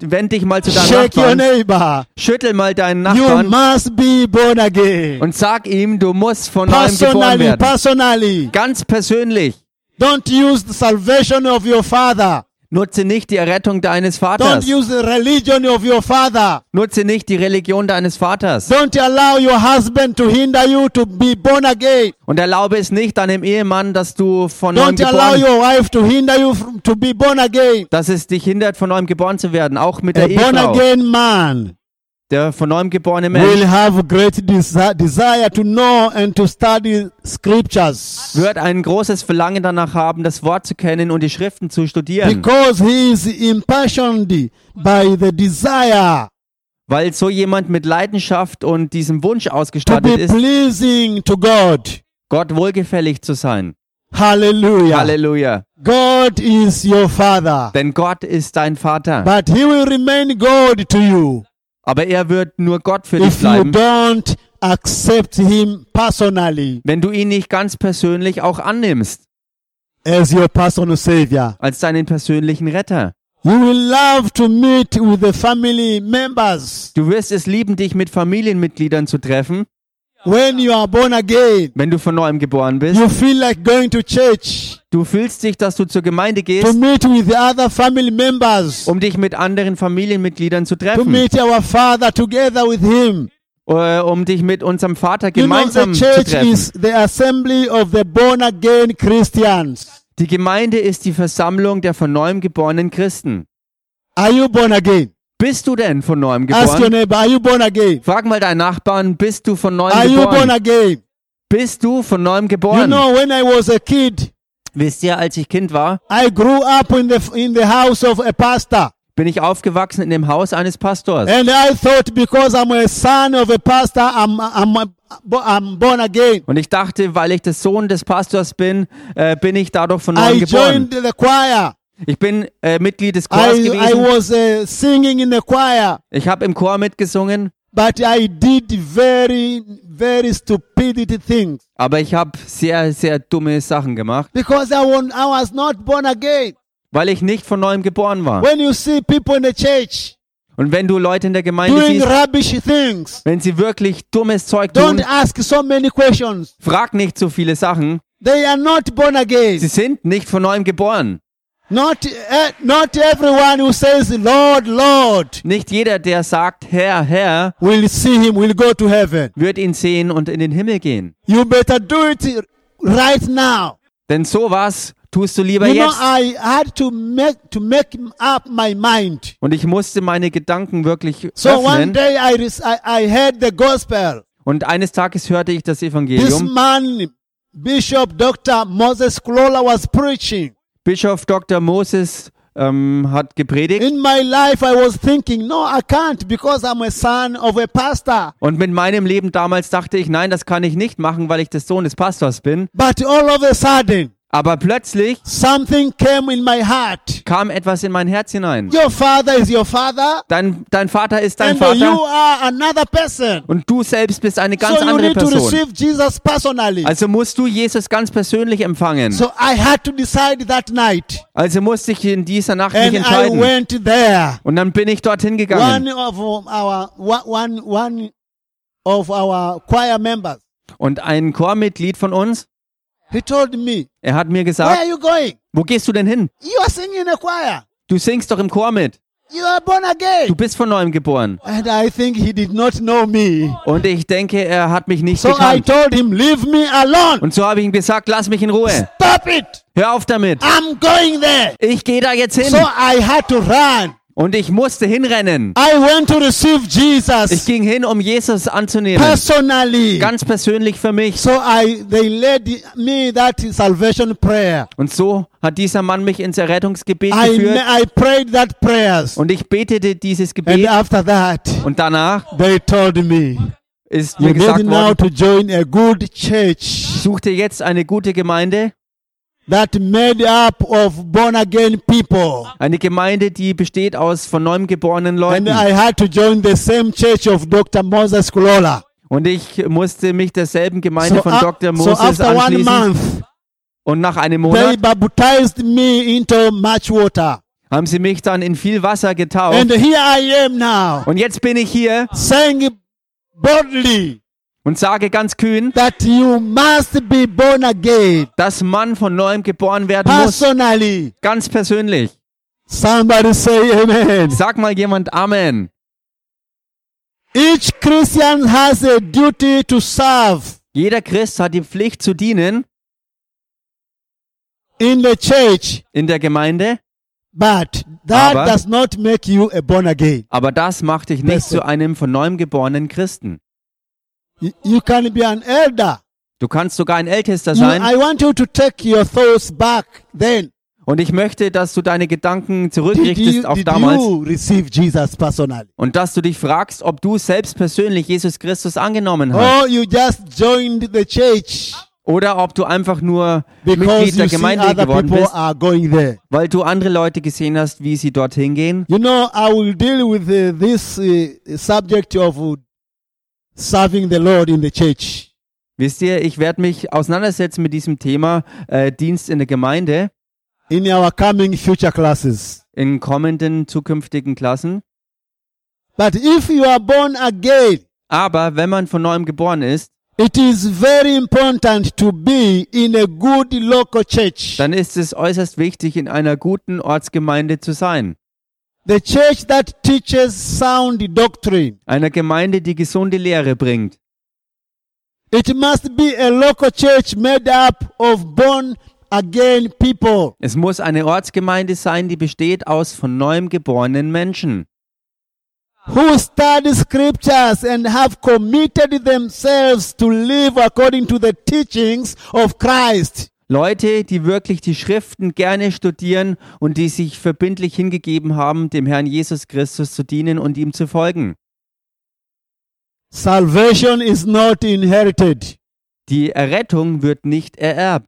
[SPEAKER 2] Wend dich mal zu deinem
[SPEAKER 1] Shake your
[SPEAKER 2] Nachbarn,
[SPEAKER 1] neighbor.
[SPEAKER 2] schüttel mal deinen
[SPEAKER 1] You
[SPEAKER 2] Nachbarn
[SPEAKER 1] must be born again.
[SPEAKER 2] und sag ihm, du musst von neuem geboren
[SPEAKER 1] Personally,
[SPEAKER 2] werden.
[SPEAKER 1] personally.
[SPEAKER 2] Ganz persönlich.
[SPEAKER 1] Don't use the salvation of your father.
[SPEAKER 2] Nutze nicht die Errettung deines
[SPEAKER 1] Don't
[SPEAKER 2] Vaters.
[SPEAKER 1] use the religion of your father.
[SPEAKER 2] Nutze nicht die Religion deines Vaters.
[SPEAKER 1] Don't allow your husband to hinder you to be born again.
[SPEAKER 2] Und erlaube es nicht deinem Ehemann, dass du von neuem
[SPEAKER 1] Don't allow
[SPEAKER 2] geboren,
[SPEAKER 1] your wife to hinder you from, to be born again.
[SPEAKER 2] dass es dich hindert, von neuem geboren zu werden. Auch mit der
[SPEAKER 1] A born
[SPEAKER 2] Ehefrau.
[SPEAKER 1] again man
[SPEAKER 2] Der von neuem geborene Mensch
[SPEAKER 1] will have great desi- desire to know and to study scriptures
[SPEAKER 2] wird ein großes Verlangen danach haben, das Wort zu kennen und die Schriften zu studieren.
[SPEAKER 1] because he is impassioned by the desire
[SPEAKER 2] Weil so jemand mit Leidenschaft und diesem Wunsch
[SPEAKER 1] to
[SPEAKER 2] ausgestattet
[SPEAKER 1] be
[SPEAKER 2] ist,
[SPEAKER 1] pleasing to God.
[SPEAKER 2] Gott wohlgefällig zu sein.
[SPEAKER 1] Hallelujah.
[SPEAKER 2] Halleluja.
[SPEAKER 1] God is your father,
[SPEAKER 2] Denn Gott ist dein Vater.
[SPEAKER 1] but he will remain God to you
[SPEAKER 2] Aber er wird nur Gott für dich
[SPEAKER 1] if you
[SPEAKER 2] bleiben,
[SPEAKER 1] don't accept him personally
[SPEAKER 2] wenn du ihn nicht ganz persönlich auch annimmst,
[SPEAKER 1] as your personal savior.
[SPEAKER 2] als deinen persönlichen Retter.
[SPEAKER 1] You will love to meet with the family members
[SPEAKER 2] Du wirst es lieben, dich mit Familienmitgliedern zu treffen
[SPEAKER 1] When you are born again,
[SPEAKER 2] Wenn du von neuem geboren bist,
[SPEAKER 1] you feel like going to church
[SPEAKER 2] du fühlst dich, dass du zur Gemeinde
[SPEAKER 1] to
[SPEAKER 2] gehst,
[SPEAKER 1] meet with the other family members,
[SPEAKER 2] um dich mit anderen Familienmitgliedern zu
[SPEAKER 1] to
[SPEAKER 2] treffen,
[SPEAKER 1] meet our Father together with Him.
[SPEAKER 2] äh, um dich mit unserem Vater
[SPEAKER 1] You know, the
[SPEAKER 2] gemeinsam zu
[SPEAKER 1] church
[SPEAKER 2] treffen.
[SPEAKER 1] is the assembly of the born again Christians.
[SPEAKER 2] Die Gemeinde ist die Versammlung der von neuem geborenen Christen.
[SPEAKER 1] Are you born again?
[SPEAKER 2] Bist du denn von neuem
[SPEAKER 1] Ask your
[SPEAKER 2] geboren?
[SPEAKER 1] neighbor, are you born again?
[SPEAKER 2] Frag mal deinen Nachbarn, bist du von neuem
[SPEAKER 1] Are you born
[SPEAKER 2] geboren?
[SPEAKER 1] again?
[SPEAKER 2] Bist du von neuem
[SPEAKER 1] You
[SPEAKER 2] geboren?
[SPEAKER 1] know, when I was a kid,
[SPEAKER 2] Wisst ihr, als ich Kind war,
[SPEAKER 1] I grew up in the in the house of a pastor,
[SPEAKER 2] bin ich aufgewachsen in dem Haus eines Pastors.
[SPEAKER 1] and I thought because I'm a son of a pastor, I'm I'm a- I'm born again.
[SPEAKER 2] Und ich dachte, weil ich der Sohn des Pastors bin, äh, bin ich dadurch von neuem
[SPEAKER 1] I
[SPEAKER 2] geboren.
[SPEAKER 1] joined the choir.
[SPEAKER 2] Ich bin äh, Mitglied des Chors
[SPEAKER 1] I I
[SPEAKER 2] gewesen.
[SPEAKER 1] was uh, singing in the choir,
[SPEAKER 2] Ich habe im Chor mitgesungen,
[SPEAKER 1] but I did very very stupidity things.
[SPEAKER 2] aber ich habe sehr, sehr dumme Sachen gemacht,
[SPEAKER 1] Because I, won, I was not born again.
[SPEAKER 2] weil ich nicht von neuem geboren war.
[SPEAKER 1] When you see people in the church
[SPEAKER 2] Und wenn du Leute in der Gemeinde
[SPEAKER 1] doing
[SPEAKER 2] siehst,
[SPEAKER 1] rubbish things,
[SPEAKER 2] wenn sie wirklich dummes Zeug
[SPEAKER 1] don't
[SPEAKER 2] tun,
[SPEAKER 1] ask so many questions.
[SPEAKER 2] frag nicht so viele Sachen.
[SPEAKER 1] They are not born
[SPEAKER 2] Sie
[SPEAKER 1] again.
[SPEAKER 2] sind nicht von neuem geboren.
[SPEAKER 1] Not, eh, not everyone who says, Lord, Lord,
[SPEAKER 2] Nicht jeder, der sagt, Herr, Herr,
[SPEAKER 1] will see him, will go to heaven.
[SPEAKER 2] wird ihn sehen und in den Himmel gehen.
[SPEAKER 1] You better do it right now.
[SPEAKER 2] Denn sowas tust du lieber
[SPEAKER 1] you know, uh,
[SPEAKER 2] jetzt.
[SPEAKER 1] I had to make, to make up my mind.
[SPEAKER 2] Und ich musste meine Gedanken wirklich
[SPEAKER 1] So one
[SPEAKER 2] öffnen.
[SPEAKER 1] day I, res- I, I heard the gospel.
[SPEAKER 2] Und eines Tages hörte ich das
[SPEAKER 1] This
[SPEAKER 2] Evangelium.
[SPEAKER 1] man, Bishop Dr. Moses Klola, was preaching.
[SPEAKER 2] Bischof Dr. Moses ähm, hat gepredigt.
[SPEAKER 1] In my life, I was thinking, no, I can't because I'm a son of a pastor.
[SPEAKER 2] Und mit meinem Leben damals dachte ich, nein, das kann ich nicht machen, weil ich der Sohn des Pastors bin.
[SPEAKER 1] But all of a sudden,
[SPEAKER 2] Aber plötzlich
[SPEAKER 1] something came in my heart.
[SPEAKER 2] kam etwas in mein Herz hinein.
[SPEAKER 1] Your father is your father,
[SPEAKER 2] Dein, dein Vater ist dein
[SPEAKER 1] and you
[SPEAKER 2] Vater
[SPEAKER 1] are another person.
[SPEAKER 2] und du selbst bist eine ganz
[SPEAKER 1] So you
[SPEAKER 2] andere
[SPEAKER 1] need to
[SPEAKER 2] Person.
[SPEAKER 1] receive Jesus personally.
[SPEAKER 2] Also musst du Jesus ganz persönlich empfangen.
[SPEAKER 1] So I had to decide that night,
[SPEAKER 2] Also musste ich in dieser Nacht mich
[SPEAKER 1] and I
[SPEAKER 2] entscheiden.
[SPEAKER 1] went there.
[SPEAKER 2] Und dann bin ich dorthin
[SPEAKER 1] One
[SPEAKER 2] gegangen.
[SPEAKER 1] of our one one of our choir members,
[SPEAKER 2] Und ein Chormitglied von uns,
[SPEAKER 1] he told me,
[SPEAKER 2] er hat mir
[SPEAKER 1] "Where
[SPEAKER 2] gesagt,
[SPEAKER 1] are you going?
[SPEAKER 2] wo gehst du denn hin?
[SPEAKER 1] You are singing in a choir.
[SPEAKER 2] Du singst doch im Chor mit.
[SPEAKER 1] You are born again."
[SPEAKER 2] Du bist von neuem geboren.
[SPEAKER 1] And I think he did not know me.
[SPEAKER 2] Und ich denke, er hat mich nicht
[SPEAKER 1] So I
[SPEAKER 2] gekannt.
[SPEAKER 1] told him, Leave me alone.
[SPEAKER 2] Und so habe ich ihm gesagt, lass mich in Ruhe.
[SPEAKER 1] Stop it.
[SPEAKER 2] Hör auf damit.
[SPEAKER 1] I'm going there.
[SPEAKER 2] Ich gehe da jetzt
[SPEAKER 1] Ah. So
[SPEAKER 2] hin.
[SPEAKER 1] I had to run.
[SPEAKER 2] Und ich musste hinrennen.
[SPEAKER 1] I went to receive
[SPEAKER 2] Ich
[SPEAKER 1] Jesus
[SPEAKER 2] ging hin, um Jesus anzunehmen.
[SPEAKER 1] personally.
[SPEAKER 2] Ganz persönlich für mich.
[SPEAKER 1] So I they led me that salvation prayer.
[SPEAKER 2] Und so hat dieser Mann mich ins Errettungsgebet
[SPEAKER 1] I
[SPEAKER 2] geführt.
[SPEAKER 1] I prayed that prayers.
[SPEAKER 2] Und ich betete dieses
[SPEAKER 1] And
[SPEAKER 2] Gebet.
[SPEAKER 1] after that,
[SPEAKER 2] Und danach
[SPEAKER 1] they told me,
[SPEAKER 2] ist
[SPEAKER 1] You
[SPEAKER 2] mir
[SPEAKER 1] need
[SPEAKER 2] gesagt
[SPEAKER 1] now
[SPEAKER 2] worden,
[SPEAKER 1] to join a good church
[SPEAKER 2] such dir jetzt eine gute Gemeinde.
[SPEAKER 1] that made up of born again people.
[SPEAKER 2] Eine Gemeinde, die besteht aus von neuem geborenen
[SPEAKER 1] And
[SPEAKER 2] Leuten.
[SPEAKER 1] I had to join the same church of Dr. Moses Kulola.
[SPEAKER 2] Und ich musste mich derselben Gemeinde von
[SPEAKER 1] a-
[SPEAKER 2] Dr.
[SPEAKER 1] so
[SPEAKER 2] Moses
[SPEAKER 1] after one
[SPEAKER 2] anschließen.
[SPEAKER 1] month,
[SPEAKER 2] Und nach einem
[SPEAKER 1] they
[SPEAKER 2] Monat
[SPEAKER 1] baptized me into much water.
[SPEAKER 2] haben sie mich dann in viel Wasser
[SPEAKER 1] And
[SPEAKER 2] getauft.
[SPEAKER 1] here I am now,
[SPEAKER 2] Und jetzt bin ich hier
[SPEAKER 1] saying boldly
[SPEAKER 2] und sage ganz kühn,
[SPEAKER 1] that you must be born again,
[SPEAKER 2] dass man von neuem geboren werden muss.
[SPEAKER 1] personally.
[SPEAKER 2] Ganz persönlich.
[SPEAKER 1] Somebody say amen.
[SPEAKER 2] Sag mal jemand Amen.
[SPEAKER 1] Each Christian has a duty to serve
[SPEAKER 2] Jeder Christ hat die Pflicht zu dienen
[SPEAKER 1] in the church,
[SPEAKER 2] in der Gemeinde,
[SPEAKER 1] but that
[SPEAKER 2] Aber-
[SPEAKER 1] does not make you a born again.
[SPEAKER 2] aber das macht dich nicht
[SPEAKER 1] Besser.
[SPEAKER 2] zu einem von neuem geborenen Christen.
[SPEAKER 1] You- You can be an elder.
[SPEAKER 2] Du kannst sogar ein Ältester
[SPEAKER 1] You-
[SPEAKER 2] sein.
[SPEAKER 1] I want you to take your thoughts back then.
[SPEAKER 2] Und ich möchte, dass du deine Gedanken
[SPEAKER 1] Did you,
[SPEAKER 2] zurückrichtest auf
[SPEAKER 1] did
[SPEAKER 2] damals.
[SPEAKER 1] you receive Jesus personally?
[SPEAKER 2] Und dass du dich fragst, ob du selbst persönlich Jesus Christus angenommen hast
[SPEAKER 1] Or you just joined the church
[SPEAKER 2] oder ob du einfach nur
[SPEAKER 1] Oh. because
[SPEAKER 2] Mitglied der
[SPEAKER 1] you see
[SPEAKER 2] Gemeinde
[SPEAKER 1] other
[SPEAKER 2] geworden
[SPEAKER 1] people
[SPEAKER 2] bist,
[SPEAKER 1] are going there.
[SPEAKER 2] weil du andere Leute gesehen hast, wie sie dorthin gehen.
[SPEAKER 1] You know, I will deal with uh, this uh, subject of uh, serving the Lord in the church.
[SPEAKER 2] Wisst ihr, ich werde mich auseinandersetzen mit diesem Thema äh, Dienst in der Gemeinde
[SPEAKER 1] in our coming future classes.
[SPEAKER 2] in kommenden zukünftigen Klassen.
[SPEAKER 1] But if you are born again,
[SPEAKER 2] Aber wenn man von neuem geboren ist,
[SPEAKER 1] It is very important to be in a good local church.
[SPEAKER 2] dann ist es äußerst wichtig, in einer guten Ortsgemeinde zu sein.
[SPEAKER 1] The church that teaches sound doctrine.
[SPEAKER 2] Einer Gemeinde, die gesunde Lehre bringt.
[SPEAKER 1] It must be a local church made up of born again people.
[SPEAKER 2] Es muss eine Ortsgemeinde sein, die besteht aus von neuem geborenen Menschen,
[SPEAKER 1] who study scriptures and have committed themselves to live according to the teachings of Christ.
[SPEAKER 2] Leute, die wirklich die Schriften gerne studieren und die sich verbindlich hingegeben haben, dem Herrn Jesus Christus zu dienen und ihm zu folgen.
[SPEAKER 1] Salvation is not inherited.
[SPEAKER 2] Die Errettung wird nicht ererbt,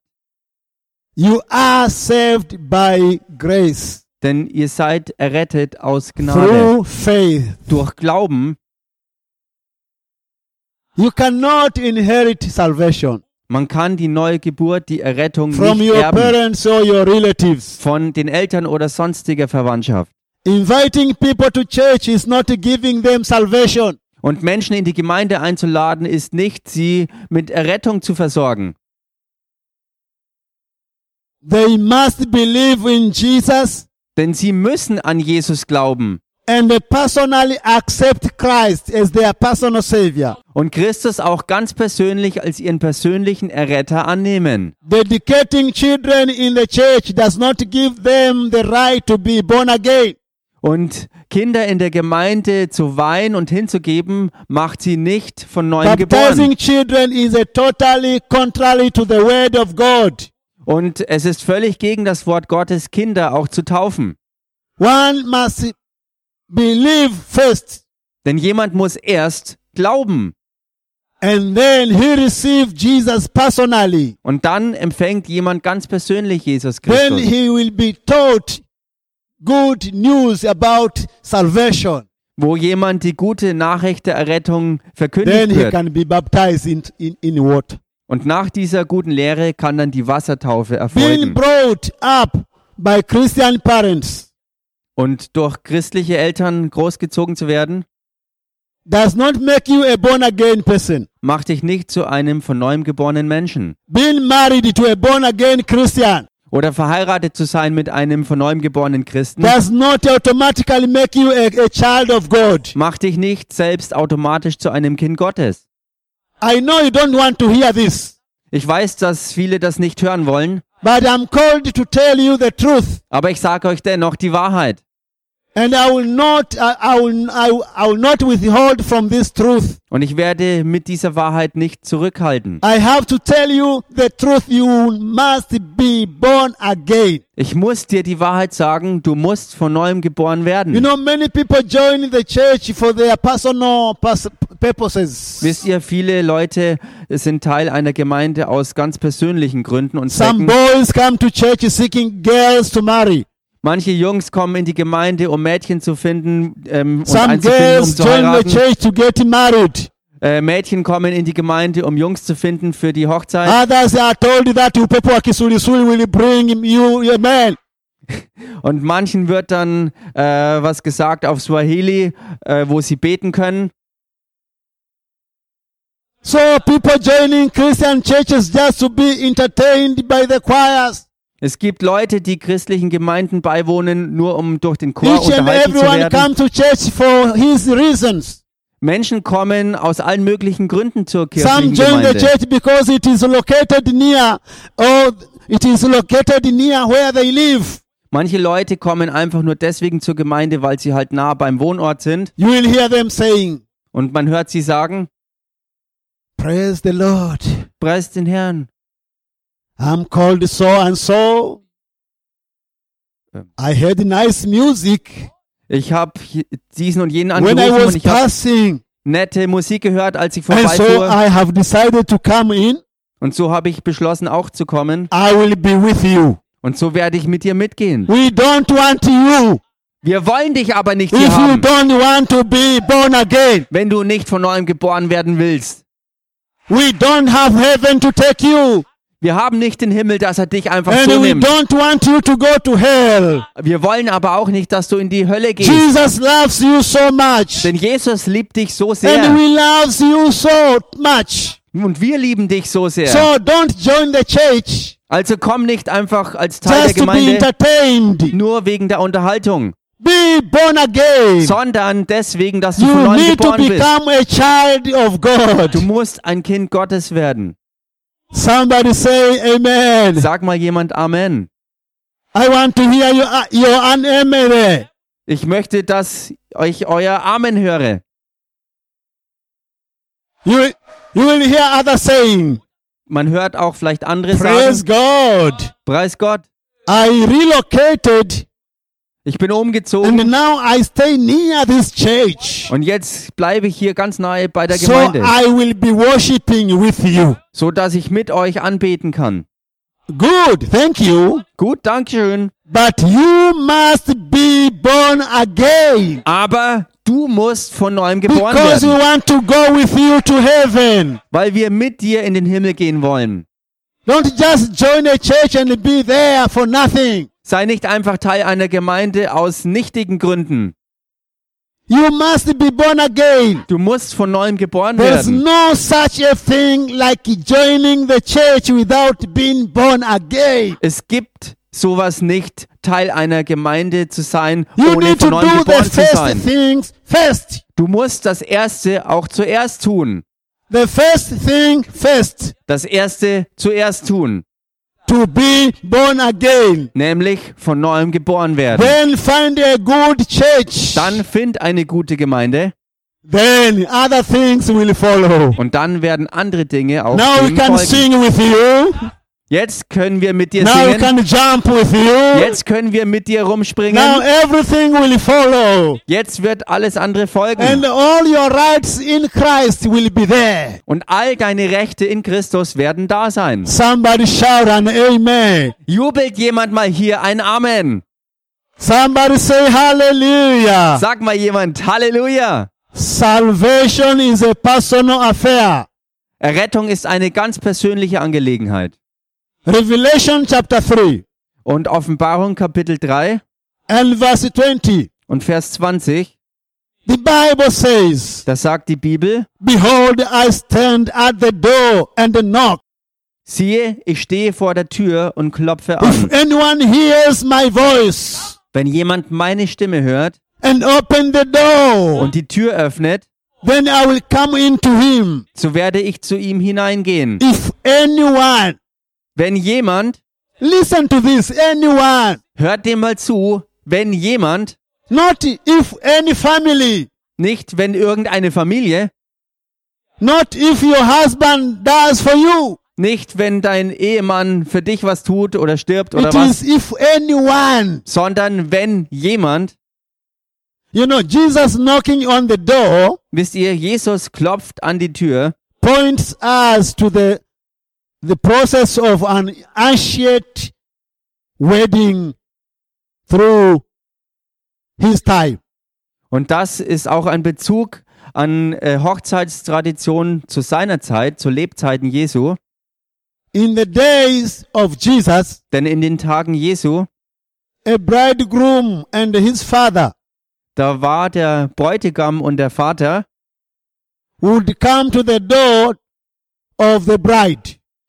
[SPEAKER 1] You are saved by grace
[SPEAKER 2] denn ihr seid errettet aus Gnade
[SPEAKER 1] through faith.
[SPEAKER 2] durch Glauben.
[SPEAKER 1] You cannot inherit salvation
[SPEAKER 2] Man kann die neue Geburt, die Errettung
[SPEAKER 1] from
[SPEAKER 2] nicht
[SPEAKER 1] your
[SPEAKER 2] erben
[SPEAKER 1] parents or your relatives.
[SPEAKER 2] von den Eltern oder sonstiger Verwandtschaft.
[SPEAKER 1] Inviting people to church is not giving them salvation.
[SPEAKER 2] Und Menschen in die Gemeinde einzuladen, ist nicht, sie mit Errettung zu versorgen.
[SPEAKER 1] They must believe in Jesus
[SPEAKER 2] Denn sie müssen an Jesus glauben
[SPEAKER 1] and personally accept Christ as their personal savior.
[SPEAKER 2] und Christus auch ganz persönlich als ihren persönlichen Erretter annehmen.
[SPEAKER 1] Dedicating children in the church does not give them the right to be born again.
[SPEAKER 2] Und Kinder in der Gemeinde zu weihen und hinzugeben, macht sie nicht von neuem
[SPEAKER 1] Baptizing
[SPEAKER 2] geboren.
[SPEAKER 1] children is a totally contrary to the word of God.
[SPEAKER 2] Und es ist völlig gegen das Wort Gottes, Kinder auch zu taufen.
[SPEAKER 1] One must believe first
[SPEAKER 2] Denn jemand muss erst glauben.
[SPEAKER 1] and then he received Jesus personally.
[SPEAKER 2] Und dann empfängt jemand ganz persönlich Jesus
[SPEAKER 1] Then
[SPEAKER 2] Christus.
[SPEAKER 1] he will be taught good news about salvation.
[SPEAKER 2] wo jemand die gute Nachricht der Errettung
[SPEAKER 1] Then
[SPEAKER 2] verkündigt
[SPEAKER 1] he
[SPEAKER 2] wird.
[SPEAKER 1] can be baptized in, in, in water.
[SPEAKER 2] Und nach dieser guten Lehre kann dann die Wassertaufe
[SPEAKER 1] Being
[SPEAKER 2] erfolgen.
[SPEAKER 1] brought up by Christian parents.
[SPEAKER 2] Und durch christliche Eltern großgezogen zu werden,
[SPEAKER 1] does not make you a born again person.
[SPEAKER 2] macht dich nicht zu einem von neuem geborenen Menschen.
[SPEAKER 1] Being married to a born again Christian
[SPEAKER 2] Oder verheiratet zu sein mit einem von neuem geborenen Christen,
[SPEAKER 1] does not automatically make you a, a child of God.
[SPEAKER 2] macht dich nicht selbst automatisch zu einem Kind Gottes.
[SPEAKER 1] I know you don't want to hear this,
[SPEAKER 2] Ich weiß, dass viele das nicht hören wollen,
[SPEAKER 1] but I'm called to tell you the truth.
[SPEAKER 2] aber ich sage euch dennoch die Wahrheit.
[SPEAKER 1] And I will not, I, I, will, I, will- I will not withhold from this truth.
[SPEAKER 2] Und ich werde mit dieser Wahrheit nicht zurückhalten.
[SPEAKER 1] I have to tell you the truth. You must be born again.
[SPEAKER 2] Ich muss dir die Wahrheit sagen, du musst von neuem geboren werden.
[SPEAKER 1] You know, many people join the church for their personal pers- purposes.
[SPEAKER 2] Wisst ihr, viele Leute sind Teil einer Gemeinde aus ganz persönlichen Gründen und
[SPEAKER 1] Some
[SPEAKER 2] Zwecken.
[SPEAKER 1] boys come to church seeking girls to marry.
[SPEAKER 2] Manche Jungs kommen in die Gemeinde, um Mädchen zu finden ähm, und
[SPEAKER 1] Some
[SPEAKER 2] einzufinden,
[SPEAKER 1] girls
[SPEAKER 2] um zu
[SPEAKER 1] join the
[SPEAKER 2] heiraten.
[SPEAKER 1] church to get married.
[SPEAKER 2] Äh, Mädchen kommen in die Gemeinde, um Jungs zu finden für die Hochzeit.
[SPEAKER 1] Others are told that you people are kisulisuli will bring you a man.
[SPEAKER 2] Und manchen wird dann äh, was gesagt auf Swahili, äh, wo sie beten können.
[SPEAKER 1] So people joining Christian churches just to be entertained by the choirs.
[SPEAKER 2] Es gibt Leute, die christlichen Gemeinden beiwohnen, nur um durch den Chor
[SPEAKER 1] Each and
[SPEAKER 2] unterhalten zu
[SPEAKER 1] everyone
[SPEAKER 2] werden.
[SPEAKER 1] come to church for his reasons.
[SPEAKER 2] Menschen kommen aus allen möglichen Gründen
[SPEAKER 1] Some
[SPEAKER 2] zur kirchlichen
[SPEAKER 1] join the
[SPEAKER 2] Gemeinde.
[SPEAKER 1] church because it is located near, or it is located near where they live.
[SPEAKER 2] Manche Leute kommen einfach nur deswegen zur Gemeinde, weil sie halt nah beim Wohnort sind
[SPEAKER 1] You will hear them saying,
[SPEAKER 2] und man hört sie sagen,
[SPEAKER 1] Praise the Lord.
[SPEAKER 2] preist den Herrn.
[SPEAKER 1] I'm called so and so.
[SPEAKER 2] Um.
[SPEAKER 1] I heard nice music
[SPEAKER 2] Ich habe diesen und jenen
[SPEAKER 1] when I
[SPEAKER 2] angerufen
[SPEAKER 1] was
[SPEAKER 2] und
[SPEAKER 1] Also,
[SPEAKER 2] ich habe
[SPEAKER 1] passing,
[SPEAKER 2] nette Musik gehört, als ich
[SPEAKER 1] and so
[SPEAKER 2] vorbeifuhr.
[SPEAKER 1] I have decided to come in.
[SPEAKER 2] Und so habe ich beschlossen, auch zu kommen.
[SPEAKER 1] I will be with you.
[SPEAKER 2] Und so werde ich mit dir mitgehen.
[SPEAKER 1] We don't want you
[SPEAKER 2] Wir wollen dich aber nicht hier
[SPEAKER 1] if you
[SPEAKER 2] haben,
[SPEAKER 1] don't want to be born again.
[SPEAKER 2] wenn du nicht von neuem geboren werden willst.
[SPEAKER 1] We don't have heaven to take you,
[SPEAKER 2] Wir haben nicht den Himmel, dass er dich einfach
[SPEAKER 1] and we
[SPEAKER 2] zunimmt.
[SPEAKER 1] don't want you to go to hell.
[SPEAKER 2] Wir wollen aber auch nicht, dass du in die Hölle gehst.
[SPEAKER 1] Jesus loves you so much,
[SPEAKER 2] Denn Jesus liebt dich so
[SPEAKER 1] and
[SPEAKER 2] sehr.
[SPEAKER 1] we loves you so much.
[SPEAKER 2] Und wir lieben dich so sehr.
[SPEAKER 1] So don't join the church
[SPEAKER 2] also komm nicht einfach als Teil der
[SPEAKER 1] just to be
[SPEAKER 2] Gemeinde
[SPEAKER 1] entertained.
[SPEAKER 2] nur wegen der Unterhaltung,
[SPEAKER 1] Be born again.
[SPEAKER 2] sondern deswegen, dass du von
[SPEAKER 1] You
[SPEAKER 2] neuem
[SPEAKER 1] need to
[SPEAKER 2] geboren bist.
[SPEAKER 1] become a child of
[SPEAKER 2] Du
[SPEAKER 1] God.
[SPEAKER 2] musst ein Kind Gottes werden.
[SPEAKER 1] Somebody say amen.
[SPEAKER 2] Sag mal jemand Amen.
[SPEAKER 1] I want to hear your, uh, your an amen. there.
[SPEAKER 2] Ich möchte, dass ich euer Amen höre.
[SPEAKER 1] You, you will hear others saying,
[SPEAKER 2] Man hört auch vielleicht andere
[SPEAKER 1] Praise
[SPEAKER 2] sagen,
[SPEAKER 1] God.
[SPEAKER 2] Preis Gott,
[SPEAKER 1] I relocated
[SPEAKER 2] ich bin umgezogen
[SPEAKER 1] and now I stay near this church.
[SPEAKER 2] und jetzt bleibe ich hier ganz nahe bei der
[SPEAKER 1] So
[SPEAKER 2] Gemeinde,
[SPEAKER 1] I will be worshiping with you.
[SPEAKER 2] so dass ich mit euch anbeten kann.
[SPEAKER 1] Good, thank you.
[SPEAKER 2] Gut, Dankeschön.
[SPEAKER 1] But you must be born again
[SPEAKER 2] Aber du musst von neuem geboren
[SPEAKER 1] because we
[SPEAKER 2] werden,
[SPEAKER 1] want to go with you to heaven.
[SPEAKER 2] weil wir mit dir in den Himmel gehen wollen.
[SPEAKER 1] Don't just join a church and be there for nothing.
[SPEAKER 2] Sei nicht einfach Teil einer Gemeinde aus nichtigen Gründen.
[SPEAKER 1] You must be born again.
[SPEAKER 2] Du musst von neuem geboren
[SPEAKER 1] There's
[SPEAKER 2] werden.
[SPEAKER 1] no such a thing like joining the church without being born again.
[SPEAKER 2] Es gibt sowas nicht, Teil einer Gemeinde zu sein,
[SPEAKER 1] You
[SPEAKER 2] ohne
[SPEAKER 1] need to
[SPEAKER 2] von neuem
[SPEAKER 1] do the
[SPEAKER 2] geboren zu
[SPEAKER 1] first
[SPEAKER 2] sein.
[SPEAKER 1] things first.
[SPEAKER 2] Du musst das Erste auch zuerst tun.
[SPEAKER 1] The first thing first.
[SPEAKER 2] Das Erste zuerst tun,
[SPEAKER 1] To be born again.
[SPEAKER 2] nämlich von neuem geboren werden.
[SPEAKER 1] Then find a good church.
[SPEAKER 2] Dann find eine gute Gemeinde
[SPEAKER 1] Then other things will follow.
[SPEAKER 2] und dann werden andere Dinge auch
[SPEAKER 1] Now we
[SPEAKER 2] dem
[SPEAKER 1] can
[SPEAKER 2] folgen.
[SPEAKER 1] sing with you.
[SPEAKER 2] Jetzt können wir mit dir
[SPEAKER 1] Now we
[SPEAKER 2] singen.
[SPEAKER 1] can jump with you.
[SPEAKER 2] Jetzt können wir mit dir
[SPEAKER 1] Now
[SPEAKER 2] rumspringen.
[SPEAKER 1] everything will follow.
[SPEAKER 2] Jetzt wird alles andere folgen.
[SPEAKER 1] And all your rights in Christ will be there.
[SPEAKER 2] Und all deine Rechte in Christus werden da sein.
[SPEAKER 1] Somebody shout an amen.
[SPEAKER 2] Jubelt jemand mal hier ein Amen.
[SPEAKER 1] Somebody say hallelujah.
[SPEAKER 2] Sag mal jemand Halleluja.
[SPEAKER 1] Salvation is a personal affair.
[SPEAKER 2] Errettung ist eine ganz persönliche Angelegenheit.
[SPEAKER 1] Revelation chapter 3
[SPEAKER 2] Und Offenbarung Kapitel 3
[SPEAKER 1] and verse 20.
[SPEAKER 2] und Vers 20,
[SPEAKER 1] The Bible says,
[SPEAKER 2] da sagt die Bibel,
[SPEAKER 1] Behold, I stand at the door and knock.
[SPEAKER 2] siehe, ich stehe vor der Tür und klopfe an.
[SPEAKER 1] If anyone hears my voice
[SPEAKER 2] Wenn jemand meine Stimme hört
[SPEAKER 1] and open the door,
[SPEAKER 2] und die Tür öffnet,
[SPEAKER 1] then I will come into him.
[SPEAKER 2] so werde ich zu ihm hineingehen.
[SPEAKER 1] If anyone,
[SPEAKER 2] Wenn jemand,
[SPEAKER 1] listen to this, anyone,
[SPEAKER 2] hört dem mal zu, wenn jemand,
[SPEAKER 1] not if any family,
[SPEAKER 2] nicht wenn irgendeine Familie,
[SPEAKER 1] not if your husband does for you.
[SPEAKER 2] nicht wenn dein Ehemann für dich was tut oder stirbt
[SPEAKER 1] It
[SPEAKER 2] oder
[SPEAKER 1] is
[SPEAKER 2] was,
[SPEAKER 1] if anyone.
[SPEAKER 2] sondern wenn jemand,
[SPEAKER 1] You know, Jesus knocking on the door
[SPEAKER 2] wisst ihr, Jesus klopft an die Tür
[SPEAKER 1] points us to the the process of an ancient wedding through his time.
[SPEAKER 2] und das ist auch ein Bezug an äh, Hochzeitstraditionen zu seiner Zeit, zu Lebzeiten Jesu,
[SPEAKER 1] In the days of Jesus,
[SPEAKER 2] denn in den Tagen Jesu,
[SPEAKER 1] a bridegroom and his father
[SPEAKER 2] da war der Bräutigam und der Vater
[SPEAKER 1] would come to the door of the bride,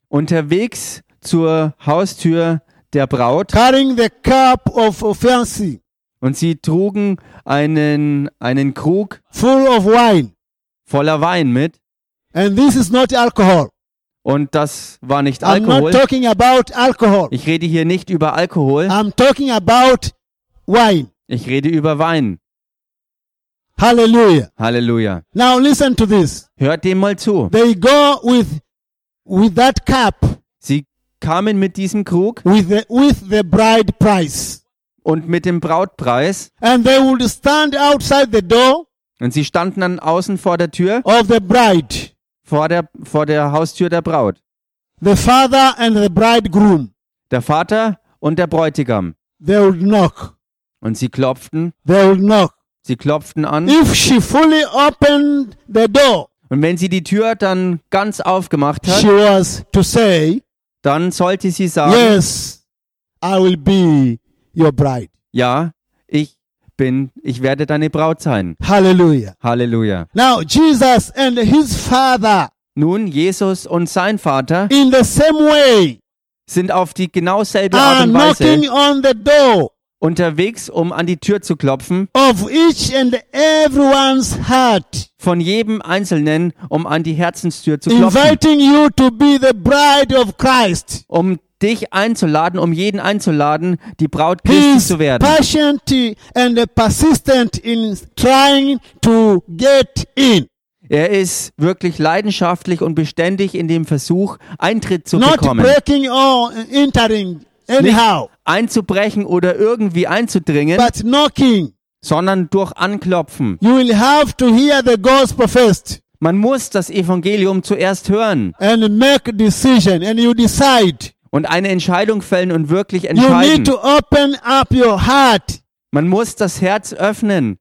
[SPEAKER 2] unterwegs zur Haustür der Braut
[SPEAKER 1] carrying the cup of fiancé
[SPEAKER 2] und sie trugen einen, einen Krug
[SPEAKER 1] full of wine.
[SPEAKER 2] voller Wein mit
[SPEAKER 1] And this is not alcohol.
[SPEAKER 2] und das war nicht
[SPEAKER 1] I'm not
[SPEAKER 2] Alkohol.
[SPEAKER 1] talking about alcohol.
[SPEAKER 2] Ich rede hier nicht über Alkohol,
[SPEAKER 1] I'm talking about wine.
[SPEAKER 2] ich rede über Wein.
[SPEAKER 1] Hallelujah.
[SPEAKER 2] Halleluja.
[SPEAKER 1] Now listen to this.
[SPEAKER 2] Hört dem mal zu.
[SPEAKER 1] They go with with that cup
[SPEAKER 2] Sie kamen mit diesem Krug
[SPEAKER 1] with the with the bride price.
[SPEAKER 2] und mit dem Brautpreis
[SPEAKER 1] And they would stand outside the door
[SPEAKER 2] und sie standen dann außen vor der Tür,
[SPEAKER 1] of the bride,
[SPEAKER 2] vor der, vor der Haustür der Braut.
[SPEAKER 1] the father and the bridegroom.
[SPEAKER 2] Der Vater und der Bräutigam.
[SPEAKER 1] They would knock.
[SPEAKER 2] Und sie klopften,
[SPEAKER 1] They would knock.
[SPEAKER 2] sie klopften an
[SPEAKER 1] If she fully opened the door,
[SPEAKER 2] und wenn sie die Tür dann ganz aufgemacht
[SPEAKER 1] she
[SPEAKER 2] hat,
[SPEAKER 1] was to say,
[SPEAKER 2] dann sollte sie sagen,
[SPEAKER 1] Yes, I will be your bride.
[SPEAKER 2] ja, ich bin, ich werde deine Braut sein.
[SPEAKER 1] Hallelujah.
[SPEAKER 2] Halleluja.
[SPEAKER 1] Now, Jesus and his father
[SPEAKER 2] Nun, Jesus und sein Vater
[SPEAKER 1] in the same way
[SPEAKER 2] sind auf die genau selbe Art
[SPEAKER 1] are
[SPEAKER 2] und Weise
[SPEAKER 1] knocking on the door
[SPEAKER 2] unterwegs, um an die Tür zu klopfen,
[SPEAKER 1] of each and everyone's heart,
[SPEAKER 2] von jedem Einzelnen, um an die Herzenstür zu klopfen,
[SPEAKER 1] inviting you to be the bride of Christ.
[SPEAKER 2] um dich einzuladen, um jeden einzuladen, die Braut
[SPEAKER 1] He
[SPEAKER 2] Christi
[SPEAKER 1] is
[SPEAKER 2] zu werden.
[SPEAKER 1] patient and persistent in trying to get in,
[SPEAKER 2] Er ist wirklich leidenschaftlich und beständig in dem Versuch, Eintritt zu
[SPEAKER 1] not
[SPEAKER 2] bekommen,
[SPEAKER 1] breaking or entering anyhow,
[SPEAKER 2] einzubrechen oder irgendwie einzudringen,
[SPEAKER 1] but knocking.
[SPEAKER 2] sondern durch Anklopfen.
[SPEAKER 1] You will have to hear the gospel first
[SPEAKER 2] Man muss das Evangelium zuerst hören
[SPEAKER 1] and make decision, and you decide.
[SPEAKER 2] und eine Entscheidung fällen und wirklich
[SPEAKER 1] You need
[SPEAKER 2] entscheiden.
[SPEAKER 1] to open up your heart
[SPEAKER 2] Man muss das Herz öffnen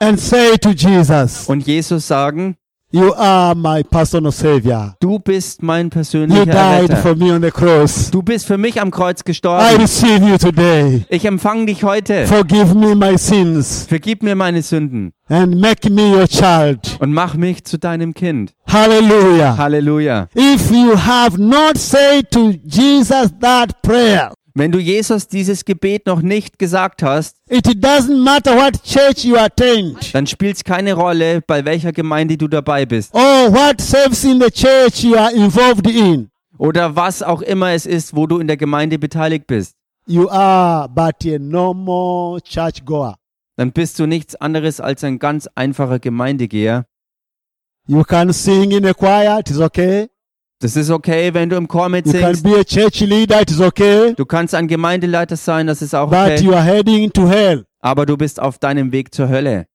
[SPEAKER 1] and say to Jesus,
[SPEAKER 2] und Jesus sagen,
[SPEAKER 1] You are my personal savior.
[SPEAKER 2] du bist mein
[SPEAKER 1] You
[SPEAKER 2] persönlicher
[SPEAKER 1] died
[SPEAKER 2] Retter.
[SPEAKER 1] for me on the cross.
[SPEAKER 2] Du bist für mich am Kreuz
[SPEAKER 1] I
[SPEAKER 2] gestorben.
[SPEAKER 1] receive you today.
[SPEAKER 2] Ich empfange dich heute.
[SPEAKER 1] Forgive me my sins
[SPEAKER 2] Vergib mir meine Sünden
[SPEAKER 1] and make me your child.
[SPEAKER 2] und mach mich zu deinem Kind.
[SPEAKER 1] Hallelujah.
[SPEAKER 2] Halleluja.
[SPEAKER 1] If you have not said to Jesus that prayer,
[SPEAKER 2] Wenn du Jesus dieses Gebet noch nicht gesagt hast,
[SPEAKER 1] it doesn't matter what church you attend
[SPEAKER 2] dann spielt es keine Rolle, bei welcher Gemeinde du dabei bist
[SPEAKER 1] or what service in the church you are involved in.
[SPEAKER 2] oder was auch immer es ist, wo du in der Gemeinde beteiligt bist.
[SPEAKER 1] You are but a normal churchgoer.
[SPEAKER 2] Dann bist du nichts anderes als ein ganz einfacher Gemeindegeher.
[SPEAKER 1] You can sing in a choir, it is okay.
[SPEAKER 2] Das ist okay, wenn du im Chor
[SPEAKER 1] You can
[SPEAKER 2] mitsingst.
[SPEAKER 1] be a church leader, it is okay.
[SPEAKER 2] Du kannst ein Gemeindeleiter sein, das ist auch
[SPEAKER 1] But
[SPEAKER 2] okay.
[SPEAKER 1] you are heading to hell.
[SPEAKER 2] Aber du bist auf deinem Weg zur Hölle.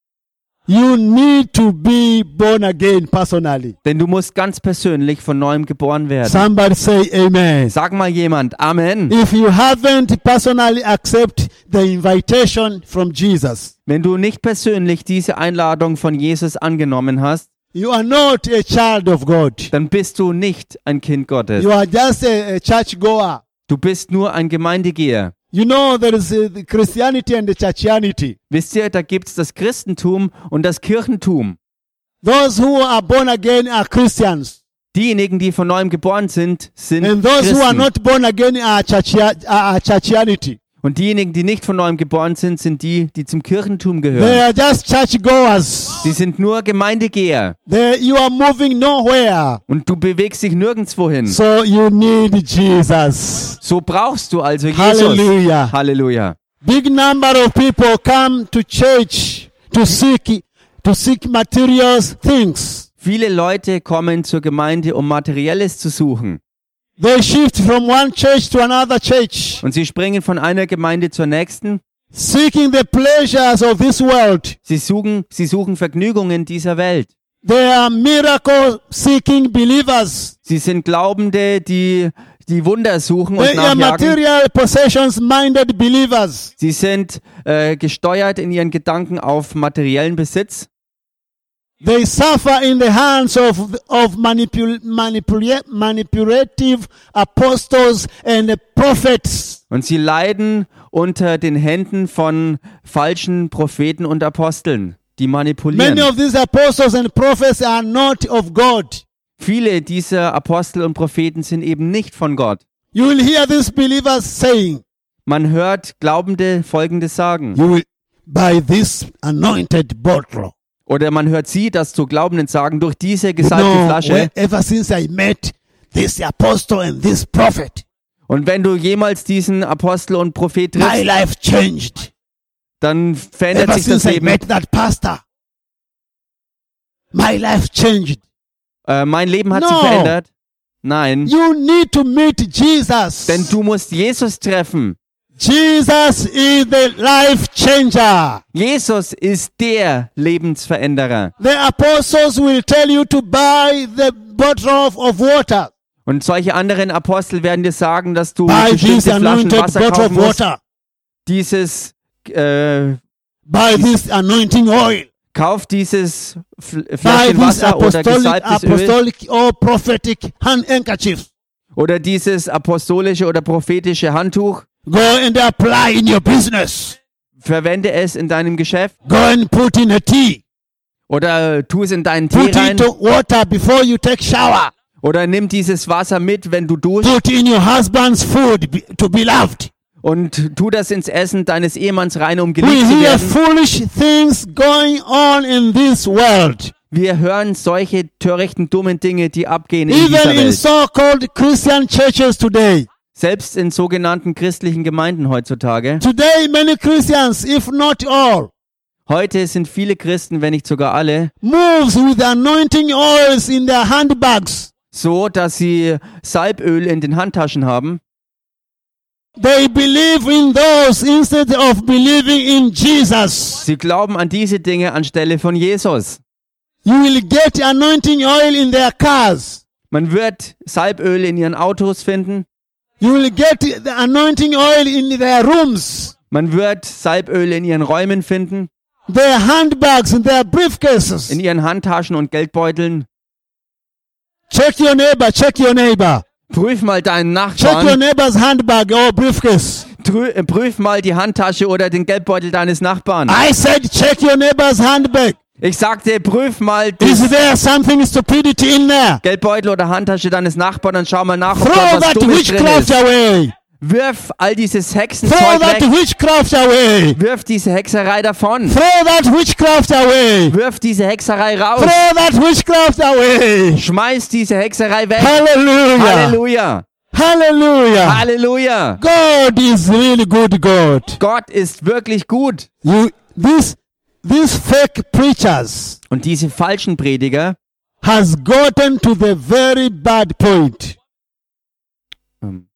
[SPEAKER 1] You need to be born again personally.
[SPEAKER 2] Denn du musst ganz persönlich von neuem geboren werden.
[SPEAKER 1] Somebody say amen.
[SPEAKER 2] Sag mal jemand, Amen.
[SPEAKER 1] If you haven't personally accepted the invitation from Jesus,
[SPEAKER 2] Wenn du nicht persönlich diese Einladung von Jesus angenommen hast,
[SPEAKER 1] you are not a child of God.
[SPEAKER 2] dann bist du nicht ein Kind Gottes.
[SPEAKER 1] You are just a, a church goer.
[SPEAKER 2] Du bist nur ein Gemeindegeher.
[SPEAKER 1] You know, there is uh, the Christianity and the churchianity.
[SPEAKER 2] Wisst ihr, da gibt's das Christentum und das Kirchentum.
[SPEAKER 1] Those who are born again are Christians.
[SPEAKER 2] Diejenigen, die von neuem geboren sind, sind
[SPEAKER 1] And those who are
[SPEAKER 2] Christen.
[SPEAKER 1] not born again are, churchia- are are churchianity.
[SPEAKER 2] Und diejenigen, die nicht von neuem geboren sind, sind die, die zum Kirchentum
[SPEAKER 1] They
[SPEAKER 2] gehören.
[SPEAKER 1] are just churchgoers.
[SPEAKER 2] Die sind nur Gemeindegeher.
[SPEAKER 1] They, you are moving nowhere.
[SPEAKER 2] Und du bewegst dich nirgendwo hin.
[SPEAKER 1] So you need Jesus.
[SPEAKER 2] So brauchst du also Jesus.
[SPEAKER 1] Hallelujah.
[SPEAKER 2] Halleluja.
[SPEAKER 1] Big number of people come to church to seek to seek material things.
[SPEAKER 2] Viele Leute kommen zur Gemeinde, um Materielles zu suchen.
[SPEAKER 1] They shift from one church to another church,
[SPEAKER 2] Und sie springen von einer Gemeinde zur nächsten.
[SPEAKER 1] seeking the pleasures of this world.
[SPEAKER 2] Sie suchen, sie suchen Vergnügungen dieser Welt.
[SPEAKER 1] They are miracle seeking believers.
[SPEAKER 2] Sie sind Glaubende, die die Wunder suchen und
[SPEAKER 1] They are
[SPEAKER 2] nachjagen.
[SPEAKER 1] material possessions minded believers.
[SPEAKER 2] Sie sind äh, gesteuert in ihren Gedanken auf materiellen Besitz.
[SPEAKER 1] They suffer in the hands of, of manipul- manipula- manipulative apostles and prophets.
[SPEAKER 2] Und sie leiden unter den Händen von falschen Propheten und Aposteln, die
[SPEAKER 1] Many
[SPEAKER 2] manipulieren.
[SPEAKER 1] of these apostles and prophets are not of God.
[SPEAKER 2] Viele dieser Apostel und Propheten sind eben nicht von Gott.
[SPEAKER 1] You will hear these believers saying,
[SPEAKER 2] Man hört Glaubende Folgendes sagen.
[SPEAKER 1] You will buy this anointed bottle.
[SPEAKER 2] Oder man hört sie das zu Glaubenden sagen, durch diese
[SPEAKER 1] You
[SPEAKER 2] gesalbte
[SPEAKER 1] know,
[SPEAKER 2] Flasche.
[SPEAKER 1] where- ever since I met this apostle and this prophet,
[SPEAKER 2] Und wenn du jemals diesen Apostel und Prophet
[SPEAKER 1] my
[SPEAKER 2] triffst,
[SPEAKER 1] life changed.
[SPEAKER 2] dann verändert
[SPEAKER 1] Ever
[SPEAKER 2] sich das
[SPEAKER 1] since I
[SPEAKER 2] Leben.
[SPEAKER 1] met that pastor, my life changed.
[SPEAKER 2] Äh, mein Leben hat
[SPEAKER 1] No.
[SPEAKER 2] sich verändert. Nein.
[SPEAKER 1] You need to meet Jesus.
[SPEAKER 2] Denn du musst Jesus treffen.
[SPEAKER 1] Jesus is the life changer.
[SPEAKER 2] Jesus ist der Lebensveränderer.
[SPEAKER 1] The apostles will tell you to buy the bottle of- of water.
[SPEAKER 2] Und solche anderen Apostel werden dir sagen, dass du
[SPEAKER 1] Buy this
[SPEAKER 2] bestimmte Flaschen
[SPEAKER 1] anointed
[SPEAKER 2] Wasser
[SPEAKER 1] bottle
[SPEAKER 2] kaufen
[SPEAKER 1] of
[SPEAKER 2] musst.
[SPEAKER 1] water.
[SPEAKER 2] Dieses, äh,
[SPEAKER 1] Buy this anointing oil.
[SPEAKER 2] kauf dieses Fl
[SPEAKER 1] Buy
[SPEAKER 2] Flaschen
[SPEAKER 1] this
[SPEAKER 2] Wasser oder
[SPEAKER 1] apostolic,
[SPEAKER 2] gesalbtes Öl
[SPEAKER 1] apostolic or prophetic handkerchief.
[SPEAKER 2] oder dieses apostolische oder prophetische Handtuch.
[SPEAKER 1] Go and apply in your business.
[SPEAKER 2] Verwende es in deinem Geschäft
[SPEAKER 1] Go and put in a tea.
[SPEAKER 2] Oder tu es in deinen Tee
[SPEAKER 1] Put
[SPEAKER 2] rein.
[SPEAKER 1] it to water before you take shower.
[SPEAKER 2] Oder nimm dieses Wasser mit, wenn du duschst.
[SPEAKER 1] Put in your husband's food be- to be loved.
[SPEAKER 2] Und tu das ins Essen deines Ehemanns rein, um
[SPEAKER 1] We
[SPEAKER 2] geliebt zu
[SPEAKER 1] hear
[SPEAKER 2] werden.
[SPEAKER 1] foolish things going on in this world.
[SPEAKER 2] Wir hören solche törichten, dummen Dinge, die abgehen in dieser
[SPEAKER 1] Even in
[SPEAKER 2] Welt.
[SPEAKER 1] so-called Christian churches today.
[SPEAKER 2] Selbst in sogenannten christlichen Gemeinden heutzutage.
[SPEAKER 1] Today, many Christians, if not all,
[SPEAKER 2] Heute sind viele Christen, wenn nicht sogar alle,
[SPEAKER 1] moves with anointing oils in their handbags.
[SPEAKER 2] so, dass sie Salböl in den Handtaschen haben.
[SPEAKER 1] They believe in those instead of believing in Jesus.
[SPEAKER 2] Sie glauben an diese Dinge anstelle von Jesus.
[SPEAKER 1] You will get anointing oil in their cars.
[SPEAKER 2] Man wird Salböl in ihren Autos finden.
[SPEAKER 1] You will get the anointing oil in their rooms,
[SPEAKER 2] Man wird Salböl in ihren Räumen finden,
[SPEAKER 1] their handbags, and their
[SPEAKER 2] in
[SPEAKER 1] briefcases.
[SPEAKER 2] ihren Handtaschen und Geldbeuteln.
[SPEAKER 1] Check your neighbor, check your neighbor.
[SPEAKER 2] Prüf mal deinen
[SPEAKER 1] Check your
[SPEAKER 2] Nachbarn.
[SPEAKER 1] neighbor's handbag or briefcase.
[SPEAKER 2] Trü- äh, Prüf mal die Handtasche oder den Geldbeutel deines Nachbarn.
[SPEAKER 1] I said, check your neighbor's handbag.
[SPEAKER 2] Ich sagte, prüf mal
[SPEAKER 1] Is
[SPEAKER 2] den
[SPEAKER 1] there something stupidity in there?
[SPEAKER 2] Geldbeutel oder Handtasche deines Nachbarn und schau mal nach, ob
[SPEAKER 1] Throw
[SPEAKER 2] da was
[SPEAKER 1] that
[SPEAKER 2] Dummes drin
[SPEAKER 1] witchcraft
[SPEAKER 2] ist.
[SPEAKER 1] away.
[SPEAKER 2] Wirf all dieses
[SPEAKER 1] Throw
[SPEAKER 2] Hexenzeug
[SPEAKER 1] that
[SPEAKER 2] weg.
[SPEAKER 1] witchcraft away.
[SPEAKER 2] Wirf diese Hexerei davon.
[SPEAKER 1] Throw that witchcraft away.
[SPEAKER 2] Wirf diese Hexerei
[SPEAKER 1] Throw
[SPEAKER 2] raus.
[SPEAKER 1] that witchcraft away.
[SPEAKER 2] Schmeiß diese Hexerei weg.
[SPEAKER 1] Hallelujah.
[SPEAKER 2] Halleluja.
[SPEAKER 1] Hallelujah.
[SPEAKER 2] Halleluja.
[SPEAKER 1] God is really good God.
[SPEAKER 2] Gott ist wirklich gut.
[SPEAKER 1] You this these fake preachers
[SPEAKER 2] Und diese falschen Prediger,
[SPEAKER 1] has gotten to the very bad point.
[SPEAKER 2] ähm,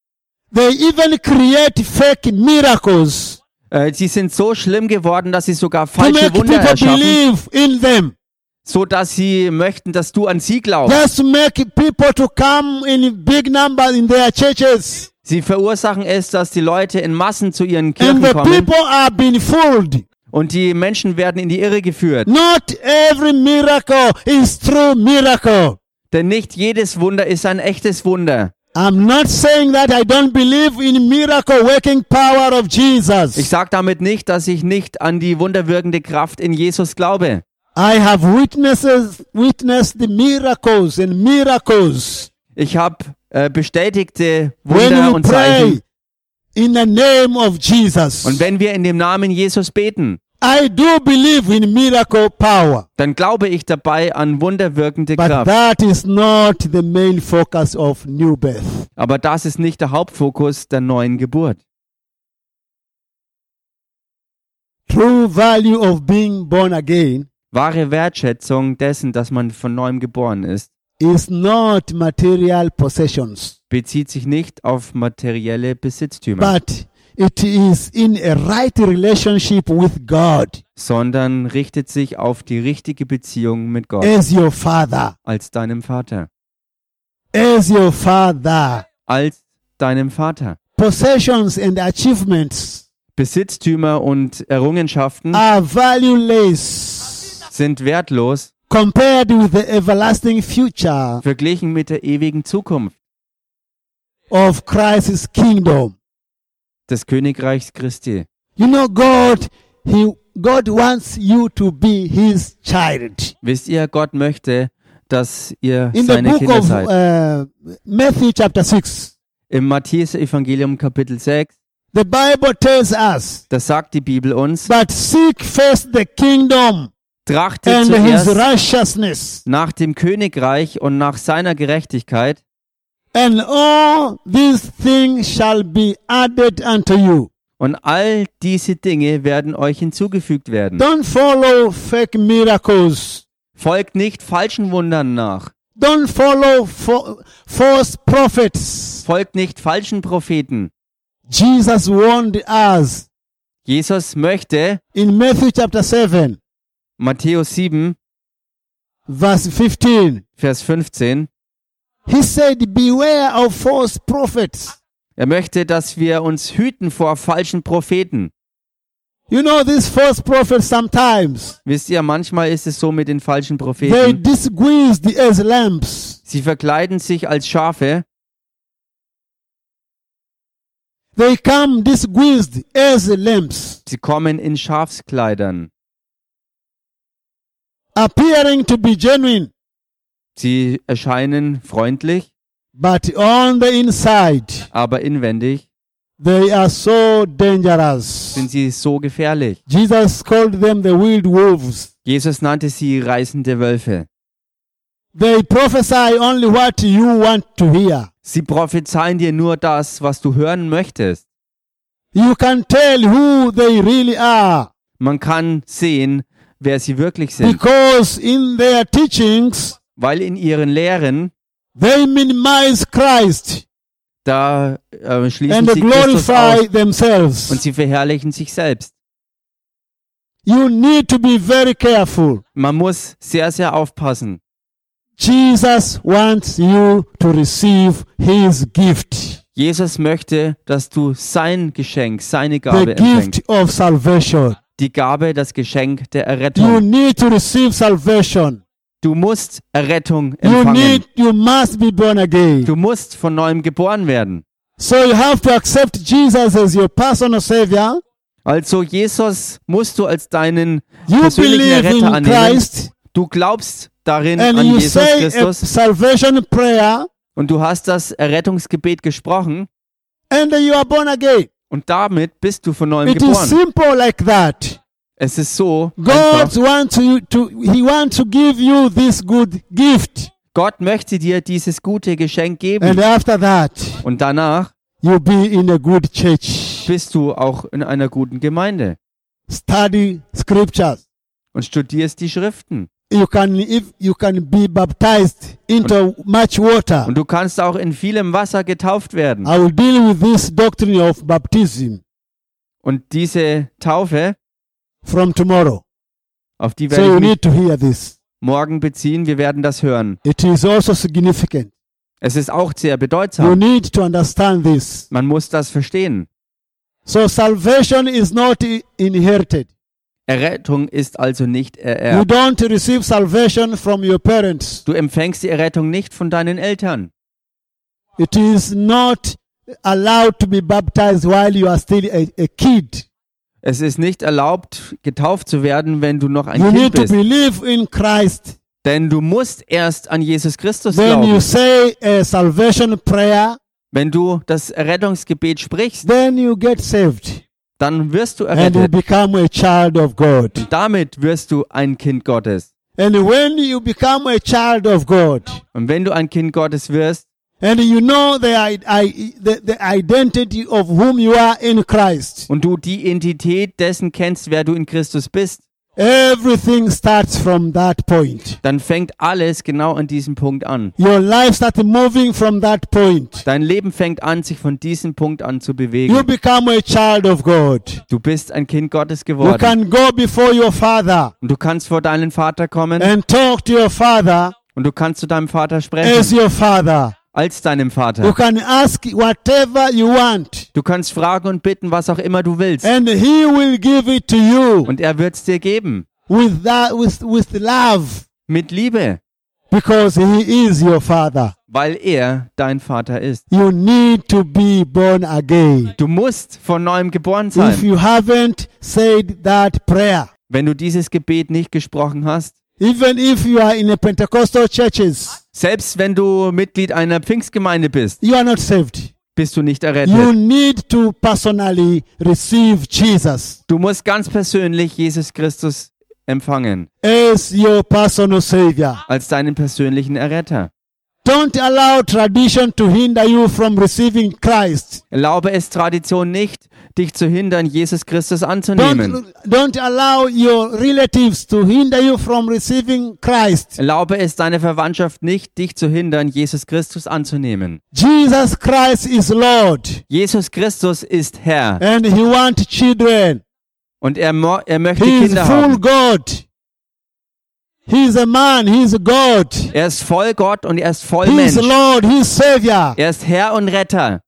[SPEAKER 1] They even create fake miracles
[SPEAKER 2] äh, sie sind so schlimm geworden, dass sie sogar
[SPEAKER 1] to
[SPEAKER 2] falsche
[SPEAKER 1] make
[SPEAKER 2] Wunder
[SPEAKER 1] people
[SPEAKER 2] erschaffen,
[SPEAKER 1] believe in them.
[SPEAKER 2] so dass sie möchten, dass du an sie glaubst.
[SPEAKER 1] Just make people to come in big numbers in their churches.
[SPEAKER 2] Sie verursachen es, dass die Leute in Massen zu ihren Kirchen
[SPEAKER 1] And the
[SPEAKER 2] kommen
[SPEAKER 1] people are being fooled.
[SPEAKER 2] und die Menschen werden in die Irre geführt.
[SPEAKER 1] Not every miracle is true miracle.
[SPEAKER 2] Denn nicht jedes Wunder ist ein echtes Wunder.
[SPEAKER 1] I'm not saying that I don't believe in miracle working power of
[SPEAKER 2] Ich
[SPEAKER 1] Jesus.
[SPEAKER 2] sage damit nicht, dass ich nicht an die wunderwirkende Kraft in Jesus glaube.
[SPEAKER 1] I have witnesses witnessed the miracles and miracles
[SPEAKER 2] Ich habe äh, bestätigte
[SPEAKER 1] when
[SPEAKER 2] Wunder
[SPEAKER 1] we
[SPEAKER 2] und Zeichen.
[SPEAKER 1] pray in the name of Jesus.
[SPEAKER 2] Und wenn wir in dem Namen Jesus beten,
[SPEAKER 1] I do believe in miracle power,
[SPEAKER 2] dann glaube ich dabei an wunderwirkende
[SPEAKER 1] but
[SPEAKER 2] Kraft.
[SPEAKER 1] that is not the main focus of new birth.
[SPEAKER 2] Aber das ist nicht der Hauptfokus der neuen Geburt.
[SPEAKER 1] True value of being born again
[SPEAKER 2] Wahre Wertschätzung dessen, dass man von neuem geboren ist,
[SPEAKER 1] is not material possessions,
[SPEAKER 2] bezieht sich nicht auf materielle Besitztümer,
[SPEAKER 1] but it is in a right relationship with God
[SPEAKER 2] sondern richtet sich auf die richtige Beziehung mit Gott
[SPEAKER 1] as your father,
[SPEAKER 2] als deinem Vater.
[SPEAKER 1] as your father.
[SPEAKER 2] Als deinem Vater.
[SPEAKER 1] Possessions and achievements
[SPEAKER 2] Besitztümer und Errungenschaften
[SPEAKER 1] are valueless
[SPEAKER 2] sind wertlos
[SPEAKER 1] compared with the everlasting future
[SPEAKER 2] verglichen mit der ewigen Zukunft
[SPEAKER 1] of Christ's kingdom.
[SPEAKER 2] des Königreichs Christi.
[SPEAKER 1] You know, God, He, God wants you to be His child.
[SPEAKER 2] Wisst ihr, Gott möchte, dass ihr
[SPEAKER 1] In the
[SPEAKER 2] seine
[SPEAKER 1] book
[SPEAKER 2] Kinder
[SPEAKER 1] of
[SPEAKER 2] seid.
[SPEAKER 1] uh, Matthew, chapter 6,
[SPEAKER 2] Im Matthäus-Evangelium Kapitel 6,
[SPEAKER 1] the Bible tells us,
[SPEAKER 2] da sagt die Bibel uns,
[SPEAKER 1] But seek first the kingdom
[SPEAKER 2] trachtet
[SPEAKER 1] and His
[SPEAKER 2] zuerst
[SPEAKER 1] righteousness,
[SPEAKER 2] nach dem Königreich und nach seiner Gerechtigkeit
[SPEAKER 1] and all these things shall be added unto you.
[SPEAKER 2] und all diese Dinge werden euch hinzugefügt werden.
[SPEAKER 1] Don't follow fake miracles.
[SPEAKER 2] Folgt nicht falschen Wundern nach.
[SPEAKER 1] Don't follow fo- false prophets.
[SPEAKER 2] Folgt nicht falschen Propheten.
[SPEAKER 1] Jesus warned us
[SPEAKER 2] Jesus möchte,
[SPEAKER 1] in Matthew chapter 7,
[SPEAKER 2] Matthäus 7,
[SPEAKER 1] verse 15.
[SPEAKER 2] Vers 15,
[SPEAKER 1] He said, Beware of false prophets.
[SPEAKER 2] er möchte, dass wir uns hüten vor falschen Propheten.
[SPEAKER 1] You know, these false prophets sometimes
[SPEAKER 2] Wisst ihr, manchmal ist es so mit den falschen
[SPEAKER 1] they
[SPEAKER 2] Propheten.
[SPEAKER 1] disguised as lamps.
[SPEAKER 2] Sie verkleiden sich als Schafe,
[SPEAKER 1] They come disguised as lamps.
[SPEAKER 2] sie kommen in Schafskleidern.
[SPEAKER 1] appearing to be genuine,
[SPEAKER 2] Sie erscheinen freundlich,
[SPEAKER 1] but on the inside,
[SPEAKER 2] aber inwendig
[SPEAKER 1] they are so dangerous.
[SPEAKER 2] sind sie so gefährlich.
[SPEAKER 1] Jesus called them the wild wolves.
[SPEAKER 2] Jesus nannte sie reißende Wölfe.
[SPEAKER 1] They prophesy only what you want to hear.
[SPEAKER 2] Sie prophezeien dir nur das, was du hören möchtest.
[SPEAKER 1] You can tell who they really are
[SPEAKER 2] Man kann sehen, wer sie wirklich sind,
[SPEAKER 1] because in their teachings,
[SPEAKER 2] weil in ihren Lehren,
[SPEAKER 1] they minimize Christ
[SPEAKER 2] da äh, schließen
[SPEAKER 1] and
[SPEAKER 2] sie Christus
[SPEAKER 1] glorify
[SPEAKER 2] aus und
[SPEAKER 1] themselves.
[SPEAKER 2] sie verherrlichen sich selbst.
[SPEAKER 1] You need to be very careful.
[SPEAKER 2] Man muss sehr, sehr aufpassen.
[SPEAKER 1] Jesus wants you to receive his gift,
[SPEAKER 2] Jesus möchte, dass du sein Geschenk, seine
[SPEAKER 1] the
[SPEAKER 2] Gabe empfängst.
[SPEAKER 1] gift of salvation.
[SPEAKER 2] Die Gabe, das Geschenk der
[SPEAKER 1] You
[SPEAKER 2] Errettung.
[SPEAKER 1] need to receive salvation.
[SPEAKER 2] Du musst Errettung
[SPEAKER 1] You
[SPEAKER 2] empfangen.
[SPEAKER 1] need, you must be born again.
[SPEAKER 2] Du musst von neuem geboren werden.
[SPEAKER 1] So you have to accept Jesus as your personal savior.
[SPEAKER 2] Also Jesus musst du als deinen
[SPEAKER 1] You
[SPEAKER 2] persönlichen
[SPEAKER 1] believe
[SPEAKER 2] Erretter
[SPEAKER 1] in
[SPEAKER 2] annehmen.
[SPEAKER 1] Christ
[SPEAKER 2] Du glaubst darin
[SPEAKER 1] and
[SPEAKER 2] an
[SPEAKER 1] you
[SPEAKER 2] Jesus
[SPEAKER 1] say a
[SPEAKER 2] Christus
[SPEAKER 1] salvation prayer
[SPEAKER 2] und du hast das Errettungsgebet gesprochen
[SPEAKER 1] and you are born again.
[SPEAKER 2] und damit bist du von neuem
[SPEAKER 1] It is
[SPEAKER 2] geboren.
[SPEAKER 1] simple like that.
[SPEAKER 2] Es ist so,
[SPEAKER 1] God
[SPEAKER 2] einfach.
[SPEAKER 1] wants you to, He wants to give you this good gift.
[SPEAKER 2] Gott möchte dir dieses gute Geschenk
[SPEAKER 1] And
[SPEAKER 2] geben
[SPEAKER 1] after that,
[SPEAKER 2] und danach
[SPEAKER 1] you'll be in a good church.
[SPEAKER 2] bist du auch in einer guten Gemeinde
[SPEAKER 1] Study scriptures.
[SPEAKER 2] und studierst die Schriften.
[SPEAKER 1] You can, if you can be baptized into much water.
[SPEAKER 2] Und du kannst auch in vielem Wasser getauft werden.
[SPEAKER 1] I will deal with this doctrine of baptism
[SPEAKER 2] Und diese Taufe,
[SPEAKER 1] from tomorrow.
[SPEAKER 2] auf die
[SPEAKER 1] So
[SPEAKER 2] werde
[SPEAKER 1] you
[SPEAKER 2] ich mich
[SPEAKER 1] need to hear this.
[SPEAKER 2] morgen beziehen, wir werden das hören.
[SPEAKER 1] It is also significant.
[SPEAKER 2] Es ist auch sehr
[SPEAKER 1] You
[SPEAKER 2] bedeutsam.
[SPEAKER 1] need to understand this.
[SPEAKER 2] Man muss das verstehen.
[SPEAKER 1] So salvation is not i- inherited.
[SPEAKER 2] Errettung ist also nicht
[SPEAKER 1] You
[SPEAKER 2] ererbt.
[SPEAKER 1] don't receive salvation from your parents.
[SPEAKER 2] Du empfängst die Errettung nicht von deinen Eltern.
[SPEAKER 1] It is not allowed to be baptized while you are still a, a kid.
[SPEAKER 2] Es ist nicht erlaubt, getauft zu werden, wenn du noch ein
[SPEAKER 1] You
[SPEAKER 2] Kind
[SPEAKER 1] need to
[SPEAKER 2] bist.
[SPEAKER 1] believe in Christ.
[SPEAKER 2] Denn du musst erst an Jesus Christus
[SPEAKER 1] Then you
[SPEAKER 2] glauben.
[SPEAKER 1] say a salvation prayer.
[SPEAKER 2] Wenn du das Errettungsgebet sprichst,
[SPEAKER 1] Then you get saved
[SPEAKER 2] dann wirst du
[SPEAKER 1] and you
[SPEAKER 2] errettet.
[SPEAKER 1] become a child of God.
[SPEAKER 2] Damit wirst du ein Kind Gottes.
[SPEAKER 1] And when you become a child of God,
[SPEAKER 2] Und wenn du ein Kind Gottes wirst
[SPEAKER 1] and you know the, i- i- the, the identity of whom you are in Christ,
[SPEAKER 2] und du die Identität dessen kennst, wer du in Christus bist,
[SPEAKER 1] everything starts from that point.
[SPEAKER 2] dann fängt alles genau an diesem Punkt an.
[SPEAKER 1] Your life starts moving from that point.
[SPEAKER 2] Dein Leben fängt an, sich von diesem Punkt an zu
[SPEAKER 1] You
[SPEAKER 2] bewegen.
[SPEAKER 1] become a child of God.
[SPEAKER 2] Du bist ein Kind Gottes
[SPEAKER 1] You
[SPEAKER 2] geworden.
[SPEAKER 1] can go before your father
[SPEAKER 2] Und du kannst vor deinen Vater kommen
[SPEAKER 1] and talk to your father
[SPEAKER 2] und du kannst zu deinem Vater
[SPEAKER 1] as
[SPEAKER 2] sprechen,
[SPEAKER 1] your father.
[SPEAKER 2] als deinem
[SPEAKER 1] You
[SPEAKER 2] Vater.
[SPEAKER 1] can ask whatever you want
[SPEAKER 2] Du kannst fragen und bitten, was auch immer du willst.
[SPEAKER 1] and he will give it to you
[SPEAKER 2] Und er wird's dir geben.
[SPEAKER 1] with that with, with love
[SPEAKER 2] Mit Liebe.
[SPEAKER 1] because he is your father.
[SPEAKER 2] Weil er dein Vater ist.
[SPEAKER 1] You need to be born again.
[SPEAKER 2] Du musst von neuem geboren
[SPEAKER 1] If
[SPEAKER 2] sein.
[SPEAKER 1] you haven't said that prayer,
[SPEAKER 2] Wenn du dieses Gebet nicht gesprochen hast,
[SPEAKER 1] even if you are in a Pentecostal churches,
[SPEAKER 2] selbst wenn du Mitglied einer Pfingstgemeinde bist,
[SPEAKER 1] you are not saved.
[SPEAKER 2] bist du nicht
[SPEAKER 1] You
[SPEAKER 2] errettet.
[SPEAKER 1] need to personally receive Jesus
[SPEAKER 2] Du musst ganz persönlich Jesus Christus empfangen
[SPEAKER 1] as your personal savior.
[SPEAKER 2] als deinen persönlichen Erretter.
[SPEAKER 1] Don't allow tradition to hinder you from receiving Christ.
[SPEAKER 2] Erlaube es Tradition nicht, dich zu hindern, Jesus Christus anzunehmen.
[SPEAKER 1] Don't, don't allow your relatives to hinder you from receiving Christ.
[SPEAKER 2] Erlaube es deiner Verwandtschaft nicht, dich zu hindern, Jesus Christus anzunehmen.
[SPEAKER 1] Jesus Christ is Lord
[SPEAKER 2] Jesus Christus ist Herr
[SPEAKER 1] and he wants children.
[SPEAKER 2] und er, mo- er möchte
[SPEAKER 1] He is
[SPEAKER 2] Kinder
[SPEAKER 1] full
[SPEAKER 2] haben.
[SPEAKER 1] God. He is a man. He is God.
[SPEAKER 2] Er ist voll Gott und er ist voll
[SPEAKER 1] He is
[SPEAKER 2] Mensch.
[SPEAKER 1] Lord. He is Savior.
[SPEAKER 2] Er ist Herr und Retter.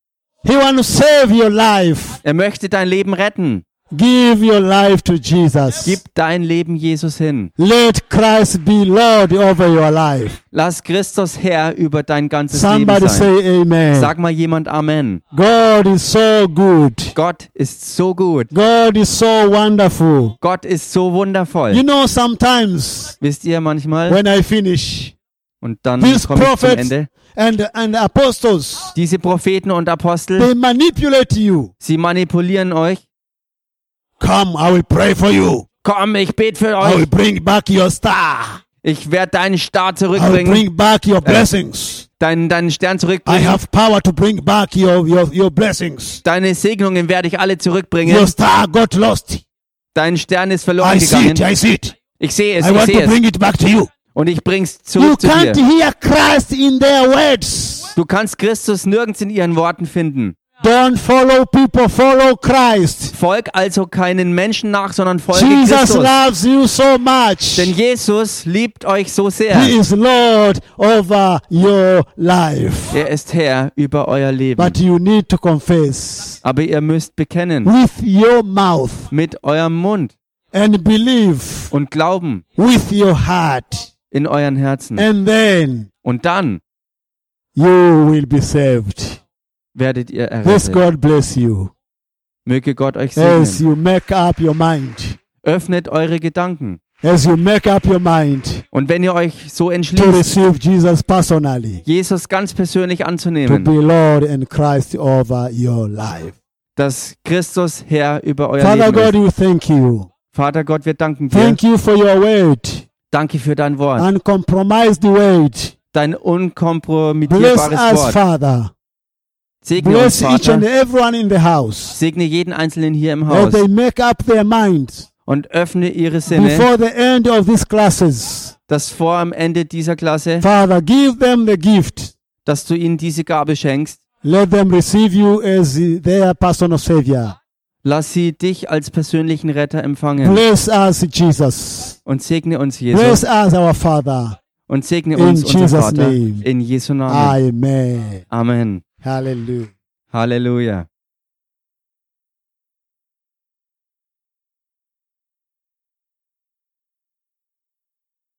[SPEAKER 1] He wants to save your life.
[SPEAKER 2] Er möchte dein Leben retten.
[SPEAKER 1] Give your life to Jesus.
[SPEAKER 2] Gib dein Leben Jesus hin.
[SPEAKER 1] Let Christ be Lord over your life.
[SPEAKER 2] Lass Christus Herr über dein ganzes
[SPEAKER 1] Somebody
[SPEAKER 2] Leben sein.
[SPEAKER 1] say amen.
[SPEAKER 2] Sag mal jemand Amen.
[SPEAKER 1] God is so good.
[SPEAKER 2] Gott ist so gut.
[SPEAKER 1] God is so wonderful.
[SPEAKER 2] Gott ist so
[SPEAKER 1] You
[SPEAKER 2] wundervoll.
[SPEAKER 1] know, sometimes
[SPEAKER 2] Wisst ihr manchmal?
[SPEAKER 1] when I finish,
[SPEAKER 2] Und dann
[SPEAKER 1] these
[SPEAKER 2] komme ich zum
[SPEAKER 1] prophets
[SPEAKER 2] Ende.
[SPEAKER 1] and, and apostles,
[SPEAKER 2] Diese Propheten und Apostel,
[SPEAKER 1] they manipulate you.
[SPEAKER 2] sie manipulieren euch.
[SPEAKER 1] Come, I will pray for you.
[SPEAKER 2] Komm, ich bete für
[SPEAKER 1] I will
[SPEAKER 2] euch.
[SPEAKER 1] bring back your star.
[SPEAKER 2] Ich werde deinen
[SPEAKER 1] I
[SPEAKER 2] Star
[SPEAKER 1] will
[SPEAKER 2] zurückbringen.
[SPEAKER 1] bring back your blessings.
[SPEAKER 2] Deinen, deinen Stern
[SPEAKER 1] I
[SPEAKER 2] zurückbringen.
[SPEAKER 1] have power to bring back your, your, your blessings.
[SPEAKER 2] Deine Segnungen werde ich alle
[SPEAKER 1] Your
[SPEAKER 2] zurückbringen.
[SPEAKER 1] star got lost.
[SPEAKER 2] Dein Stern
[SPEAKER 1] I
[SPEAKER 2] ist verloren
[SPEAKER 1] see it.
[SPEAKER 2] gegangen.
[SPEAKER 1] I see it.
[SPEAKER 2] Ich sehe es,
[SPEAKER 1] I
[SPEAKER 2] ich
[SPEAKER 1] want
[SPEAKER 2] sehe
[SPEAKER 1] to
[SPEAKER 2] es.
[SPEAKER 1] bring it back to you.
[SPEAKER 2] Und ich bring's
[SPEAKER 1] You
[SPEAKER 2] zurück zu
[SPEAKER 1] can't
[SPEAKER 2] dir.
[SPEAKER 1] hear Christ in their words.
[SPEAKER 2] Du kannst Christus nirgends in ihren Worten finden.
[SPEAKER 1] Don't follow people, follow Christ.
[SPEAKER 2] Folg also keinen Menschen nach, sondern folge
[SPEAKER 1] Jesus
[SPEAKER 2] Christus.
[SPEAKER 1] loves you so much.
[SPEAKER 2] Denn Jesus liebt euch so
[SPEAKER 1] He
[SPEAKER 2] sehr.
[SPEAKER 1] is Lord over your life.
[SPEAKER 2] Er ist Herr über euer Leben.
[SPEAKER 1] But Hm? you need to confess
[SPEAKER 2] Aber ihr müsst bekennen
[SPEAKER 1] with your mouth
[SPEAKER 2] mit eurem Mund
[SPEAKER 1] and believe
[SPEAKER 2] und glauben
[SPEAKER 1] with your heart.
[SPEAKER 2] in euren Herzen.
[SPEAKER 1] And then
[SPEAKER 2] Und dann
[SPEAKER 1] you will be saved.
[SPEAKER 2] werdet ihr
[SPEAKER 1] This
[SPEAKER 2] errettet.
[SPEAKER 1] God bless you
[SPEAKER 2] Möge Gott euch
[SPEAKER 1] as
[SPEAKER 2] segnen.
[SPEAKER 1] you make up your mind.
[SPEAKER 2] Öffnet eure Gedanken.
[SPEAKER 1] As you make up your mind
[SPEAKER 2] Und wenn ihr euch so
[SPEAKER 1] to
[SPEAKER 2] entschließt,
[SPEAKER 1] receive Jesus personally.
[SPEAKER 2] Jesus ganz persönlich
[SPEAKER 1] to
[SPEAKER 2] anzunehmen,
[SPEAKER 1] be Lord and Christ over your life.
[SPEAKER 2] dass Christus Herr über euer
[SPEAKER 1] Father
[SPEAKER 2] Leben
[SPEAKER 1] God,
[SPEAKER 2] ist.
[SPEAKER 1] we thank you.
[SPEAKER 2] Vater Gott, wir danken dir.
[SPEAKER 1] Thank you for your word,
[SPEAKER 2] Danke für dein Wort,
[SPEAKER 1] uncompromised word.
[SPEAKER 2] dein
[SPEAKER 1] Bless
[SPEAKER 2] unkompromittierbares
[SPEAKER 1] us,
[SPEAKER 2] Wort.
[SPEAKER 1] Father.
[SPEAKER 2] Segne uns,
[SPEAKER 1] Bless each and
[SPEAKER 2] Vater.
[SPEAKER 1] everyone in the house.
[SPEAKER 2] Segne jeden Einzelnen hier im
[SPEAKER 1] That
[SPEAKER 2] Haus
[SPEAKER 1] they make up their minds
[SPEAKER 2] und öffne ihre Sinne,
[SPEAKER 1] before the end of these classes.
[SPEAKER 2] dass vor am Ende dieser Klasse,
[SPEAKER 1] Father, give them the gift.
[SPEAKER 2] dass du ihnen diese Gabe schenkst.
[SPEAKER 1] Let them receive you as their personal Savior.
[SPEAKER 2] Lass sie dich als persönlichen Retter empfangen
[SPEAKER 1] Bless us, Jesus.
[SPEAKER 2] und segne uns,
[SPEAKER 1] Bless
[SPEAKER 2] Jesus.
[SPEAKER 1] us, our Father.
[SPEAKER 2] Und segne
[SPEAKER 1] In
[SPEAKER 2] uns, unser
[SPEAKER 1] Jesus'
[SPEAKER 2] Vater,
[SPEAKER 1] name.
[SPEAKER 2] in Jesu Namen.
[SPEAKER 1] Amen.
[SPEAKER 2] Amen.
[SPEAKER 1] Hallelujah.
[SPEAKER 2] Halleluja.